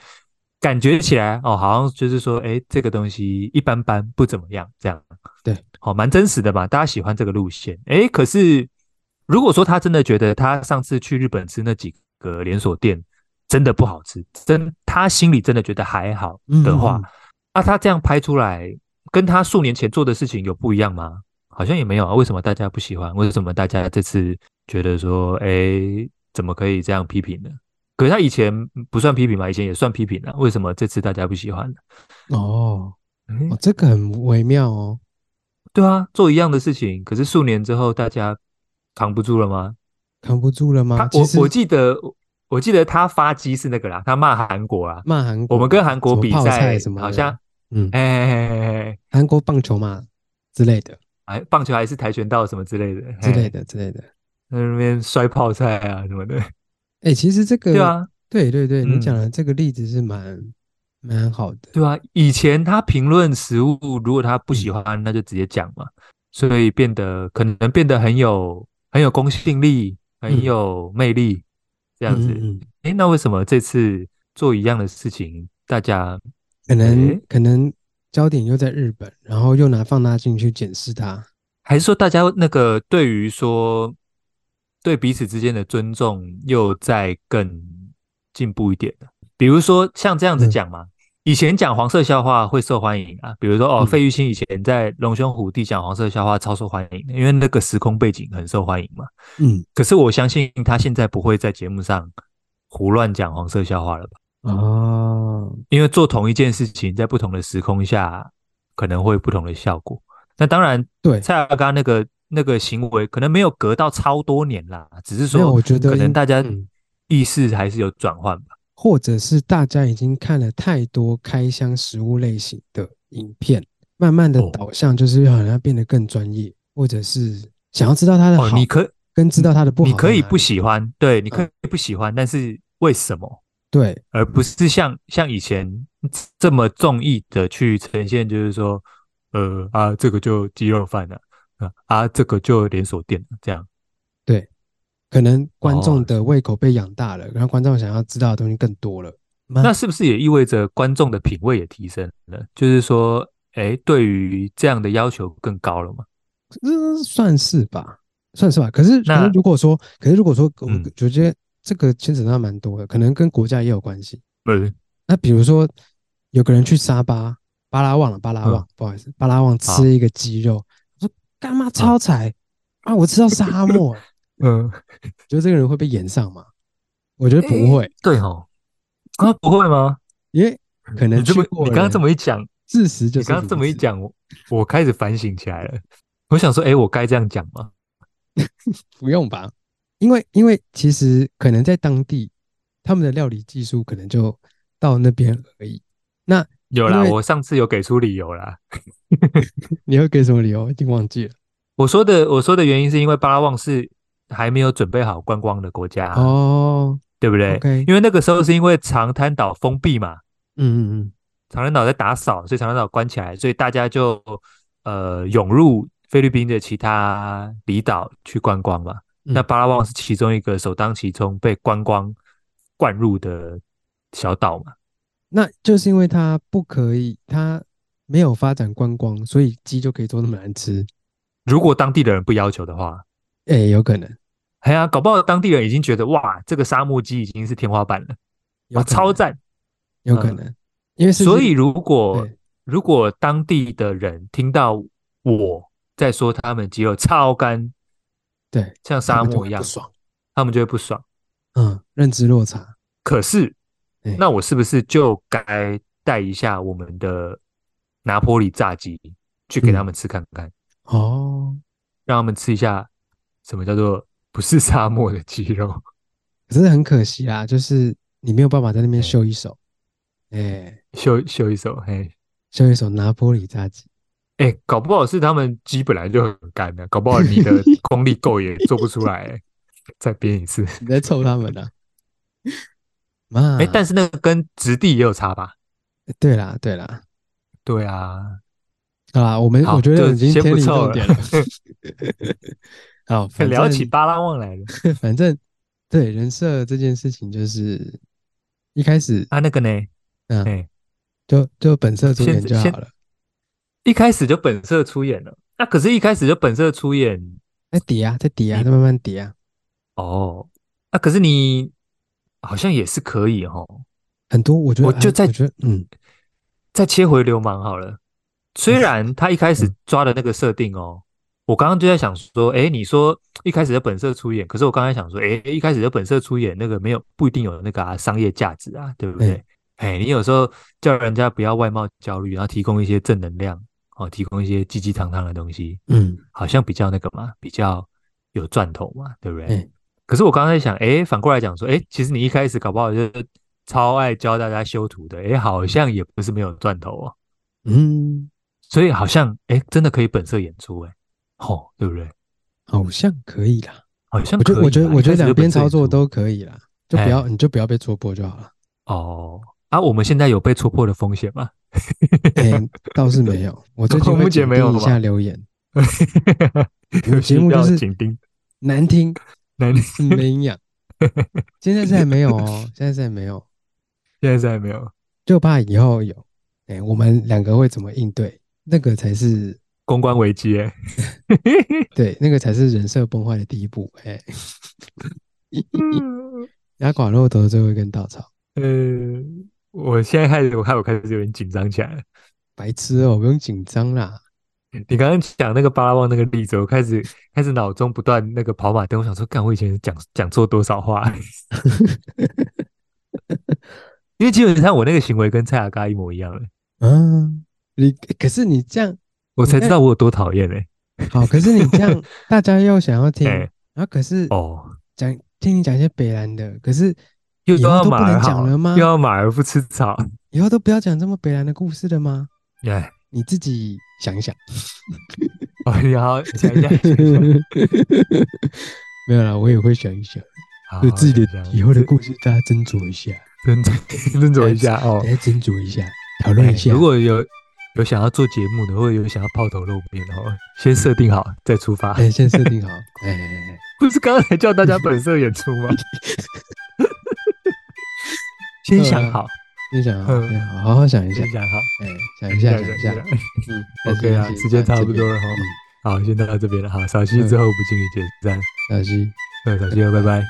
A: 感觉起来哦好像就是说哎这个东西一般般不怎么样这样，
B: 对，
A: 好、蛮真实的嘛，大家喜欢这个路线，哎可是如果说他真的觉得他上次去日本吃那几个连锁店真的不好吃，真他心里真的觉得还好的话。
B: 嗯嗯嗯
A: 那他这样拍出来，跟他数年前做的事情有不一样吗？好像也没有啊。为什么大家不喜欢？为什么大家这次觉得说，哎，怎么可以这样批评呢？可是他以前不算批评嘛，以前也算批评了、啊为什么这次大家不喜欢呢？
B: 哦
A: 嗯
B: 哦，这个很微妙哦。
A: 对啊，做一样的事情，可是数年之后大家扛不住了吗？
B: 扛不住了吗
A: 他？
B: 啊其
A: 我
B: 实
A: 我记得我记得他发机是那个啦，他骂韩国啊，
B: 骂韩国，
A: 我们跟韩国
B: 什么
A: 比
B: 泡
A: 赛
B: 菜什么的
A: 好像，
B: 嗯，
A: 哎哎哎哎哎
B: 韩国棒球嘛之类的
A: 哎，棒球还是跆拳道什么之类的
B: 之
A: 嘿
B: 类的之类的。
A: 在那边摔泡菜啊什么的。
B: 哎、其实这个
A: 对啊，
B: 对对对你讲
A: 嗯
B: 的这个例子是蛮蛮好的。
A: 对啊，以前他评论食物，如果他不喜欢，那就直接讲嘛，所以变得可能变得很有很有公信力，很
B: 嗯
A: 有魅力，这样子。
B: 嗯嗯嗯
A: 诶，那为什么这次做一样的事情，大家
B: 可能、
A: 诶
B: 可能焦点又在日本，然后又拿放大镜去检视它。
A: 还是说大家那个对于说对彼此之间的尊重又再更进步一点呢？比如说像这样子
B: 嗯
A: 讲嘛，以前讲黄色笑话会受欢迎啊，比如说哦，
B: 嗯
A: 费玉清以前在龙兄虎弟讲黄色笑话超受欢迎的，因为那个时空背景很受欢迎嘛。
B: 嗯，
A: 可是我相信他现在不会在节目上胡乱讲黄色笑话了吧？
B: 哦，
A: 因为做同一件事情，在不同的时空下，可能会有不同的效果。那当然，
B: 对
A: 蔡阿刚那个那个行为，可能没有隔到超多年啦，只是
B: 没有
A: 说，
B: 我觉得
A: 可能
B: 应
A: 大家
B: 嗯
A: 意识还是有转换吧。
B: 或者是大家已经看了太多开箱食物类型的影片，慢慢的
A: 哦
B: 导向就是好像要变得更专业，或者是想要知道它的
A: 哦，
B: 好，
A: 你可
B: 跟知道它的不好嗯
A: 你
B: 在哪里。
A: 可以不喜欢，对，你可以不喜欢，但是为什么，
B: 对，
A: 而不是像像以前这么中意的去呈现，就是说，呃啊，这个就鸡肉饭了、啊，啊，这个就连锁店了这样。
B: 可能观众
A: 哦
B: 的胃口被养大了，然后观众想要知道的东西更多了。那
A: 那是不是也意味着观众的品味也提升了？就是说，哎，对于这样的要求更高了嘛？
B: 嗯，算是吧，算是吧。可是，可
A: 那
B: 是如果说，可是如果说，我
A: 嗯
B: 我觉得这个牵扯到蛮多的，可能跟国家也有关系。
A: 嗯，
B: 那比如说，有个人去沙巴、巴拉望了，巴拉望，不好意思，巴拉望
A: 嗯好
B: 吃一个鸡肉，我说干嘛超踩啊？我吃到沙漠、欸，
A: 嗯，
B: 觉得这个人会被演上吗？我觉得不会，
A: 对哦，啊，不会吗？
B: 因为可能
A: 你这么
B: 去过
A: 你
B: 的
A: 刚刚
B: 人
A: 这么一讲，
B: 事实就
A: 你
B: 是
A: 刚刚这
B: 如
A: 么一
B: 此，
A: 讲，我我开始反省起来了。我想说，哎、我该这样讲吗？
B: 不用吧？因为因为其实可能在当地，他们的料理技术可能就到那边而已。那
A: 有啦，
B: 因为
A: 我上次有给出理由啦。
B: 你要给什么理由？已经忘记了。
A: 我说的我说的原因是因为巴拉望是还没有准备好观光的国家啊，
B: 哦，
A: 对不对
B: OK
A: 因为那个时候是因为长滩岛封闭嘛，
B: 嗯嗯
A: 长滩岛在打扫，所以长滩岛关起来，所以大家就呃涌入菲律宾的其他离岛去观光嘛。
B: 嗯
A: 那巴拉望是其中一个首当其冲被观光灌入的小岛嘛。
B: 那就是因为它不可以，它没有发展观光，所以鸡就可以做那么难吃。
A: 如果当地的人不要求的话，
B: 哎、有可能，
A: 哎呀，搞不好当地人已经觉得哇，这个沙漠鸡已经是天花板了，
B: 有
A: 哇，
B: 可能
A: 啊超赞！
B: 有可
A: 嗯
B: 能，因为是不
A: 所
B: 是
A: 以如果
B: 对
A: 如果当地的人听到我在说他们鸡肉超干，
B: 对
A: 像
B: 他
A: 沙
B: 们就
A: 漠
B: 会
A: 一样
B: 不，爽，
A: 他们就会不爽。
B: 嗯，认知落差，
A: 可是
B: 对，
A: 那我是不是就该带一下我们的拿坡里炸鸡去给他们吃看看，
B: 哦，
A: 让他们吃一下什么叫做不是沙漠的鸡肉？
B: 可是很可惜啦，就是你没有办法在那边
A: 对
B: 秀一手，哎、
A: 秀秀一手，嘿，
B: 秀一手拿玻璃炸鸡，
A: 哎、搞不好是他们鸡本来就很干啊的，搞不好你的功力够也做不出来、 再编一次，
B: 你在臭他们啊？妈，
A: 哎、
B: 嗯
A: 但是那个跟质地也有差吧？
B: 对啦对啦，
A: 对啊，
B: 好啦，我们
A: 好
B: 我觉得
A: 就
B: 已经
A: 先
B: 偏
A: 不
B: 离
A: 凑
B: 重
A: 了
B: 点了。 好，反
A: 聊
B: 正
A: 起巴拉望来了。
B: 反正对人设这件事情，就是一开始
A: 啊，那个呢？
B: 嗯
A: 哎
B: 就就本色出
A: 先
B: 演就好
A: 先
B: 了。
A: 一开始就本色出演了，那、可是一开始就本色出演
B: 再叠啊，再叠啊，
A: 你
B: 再慢慢叠啊，
A: 哦，啊，可是你好像也是可以哦。
B: 很多我觉得
A: 我
B: 还，
A: 就在
B: 我觉得嗯，
A: 再切回流氓好了，虽然他一开始抓的那个设定哦，我刚刚就在想说，诶，你说一开始的本色出演，可是我刚才想说，诶，一开始的本色出演那个没有不一定有那个啊商业价值啊，对不对
B: 对？
A: 哎，你有时候叫人家不要外貌焦虑，然后提供一些正能量哦，提供一些鸡鸡汤汤的东西，
B: 嗯，
A: 好像比较那个嘛，比较有赚头嘛，对不对？
B: 嗯
A: 可是我刚刚在想，哎，反过来讲说，哎，其实你一开始搞不好就是超爱教大家修图的，哎，好像也不是没有赚头哦，
B: 嗯，
A: 所以好像哎，真的可以本色演出，哎，吼，对不对？
B: 好像可以啦。
A: 好像
B: 我觉
A: 可以
B: 得
A: 啦
B: 我觉得我觉得两边操作
A: 一开始就本色演哎
B: 都可以啦，就不要你就不要被戳破就好了。
A: 出哦啊，我们现在有被戳破的风险吗？
B: 哎，倒是 没有，我最近
A: 我
B: 会
A: 目前
B: 紧
A: 没有
B: 盯
A: 了
B: 一
A: 吧
B: 下留言， 我
A: 有
B: 们节 目
A: 需要
B: 就是
A: 紧盯，
B: 难听，
A: 那你
B: 没营养。现在是还没有哦，现在是还没有，
A: 现在是还没有
B: 就怕以后有。哎，我们两个会怎么应对？那个才 是
A: 公关危机，哎，
B: 对，那个才是人设崩坏的第一步。哎， 压垮骆驼的最后一根稻草，
A: 呃，我现在开始，我看我开始有点紧张起来了。
B: 白痴哦，不用紧张啦。
A: 你刚刚讲那个巴拉望那个例子，我开始开始脑中不断那个跑马灯，我想说，干我以前讲讲错多少话？ 因为基本上我那个行为跟蔡雅嘎一模一样，欸
B: 嗯，你可是你这 样
A: 我才知道我有多讨厌哎。
B: 好，可是你这样大家又想要 听，
A: 哎
B: 然后可是
A: 哦，
B: 讲听你讲一些北兰的，可是
A: 又
B: 以后
A: 要
B: 都不
A: 马
B: 能
A: 儿
B: 讲
A: 好
B: 了吗
A: 又要马儿不吃草，
B: 以后都不要讲这么北兰的故事了吗？
A: 哎，
B: 你自己 想一想。
A: 哦，你好，想一下，想一下
B: 没有啦，我也会想一想，
A: 好啊
B: 对自己
A: 想一
B: 的
A: 下
B: 以后的故事，大家斟酌一下，
A: 斟斟斟酌一下哦
B: 大。家斟酌一下，讨论一
A: 哎
B: 下。
A: 如果有有想要做节目的，或者有想要抛头露面的，哦，先设定好再出发。
B: 哎，先设定好，哎哎哎，
A: 不是刚才叫大家本色演 出吗？先想好，
B: 先想好，
A: 嗯
B: 哎好好好想一下
A: 先，想好，
B: 哎，想一下，
A: 想
B: 想一下，
A: 想
B: 嗯
A: OK 啊，时间差不多了哈
B: 嗯。
A: 好，先到这边了。好，小西之后不经意解散，嗯
B: 小西。嗯
A: 对，小西，拜拜。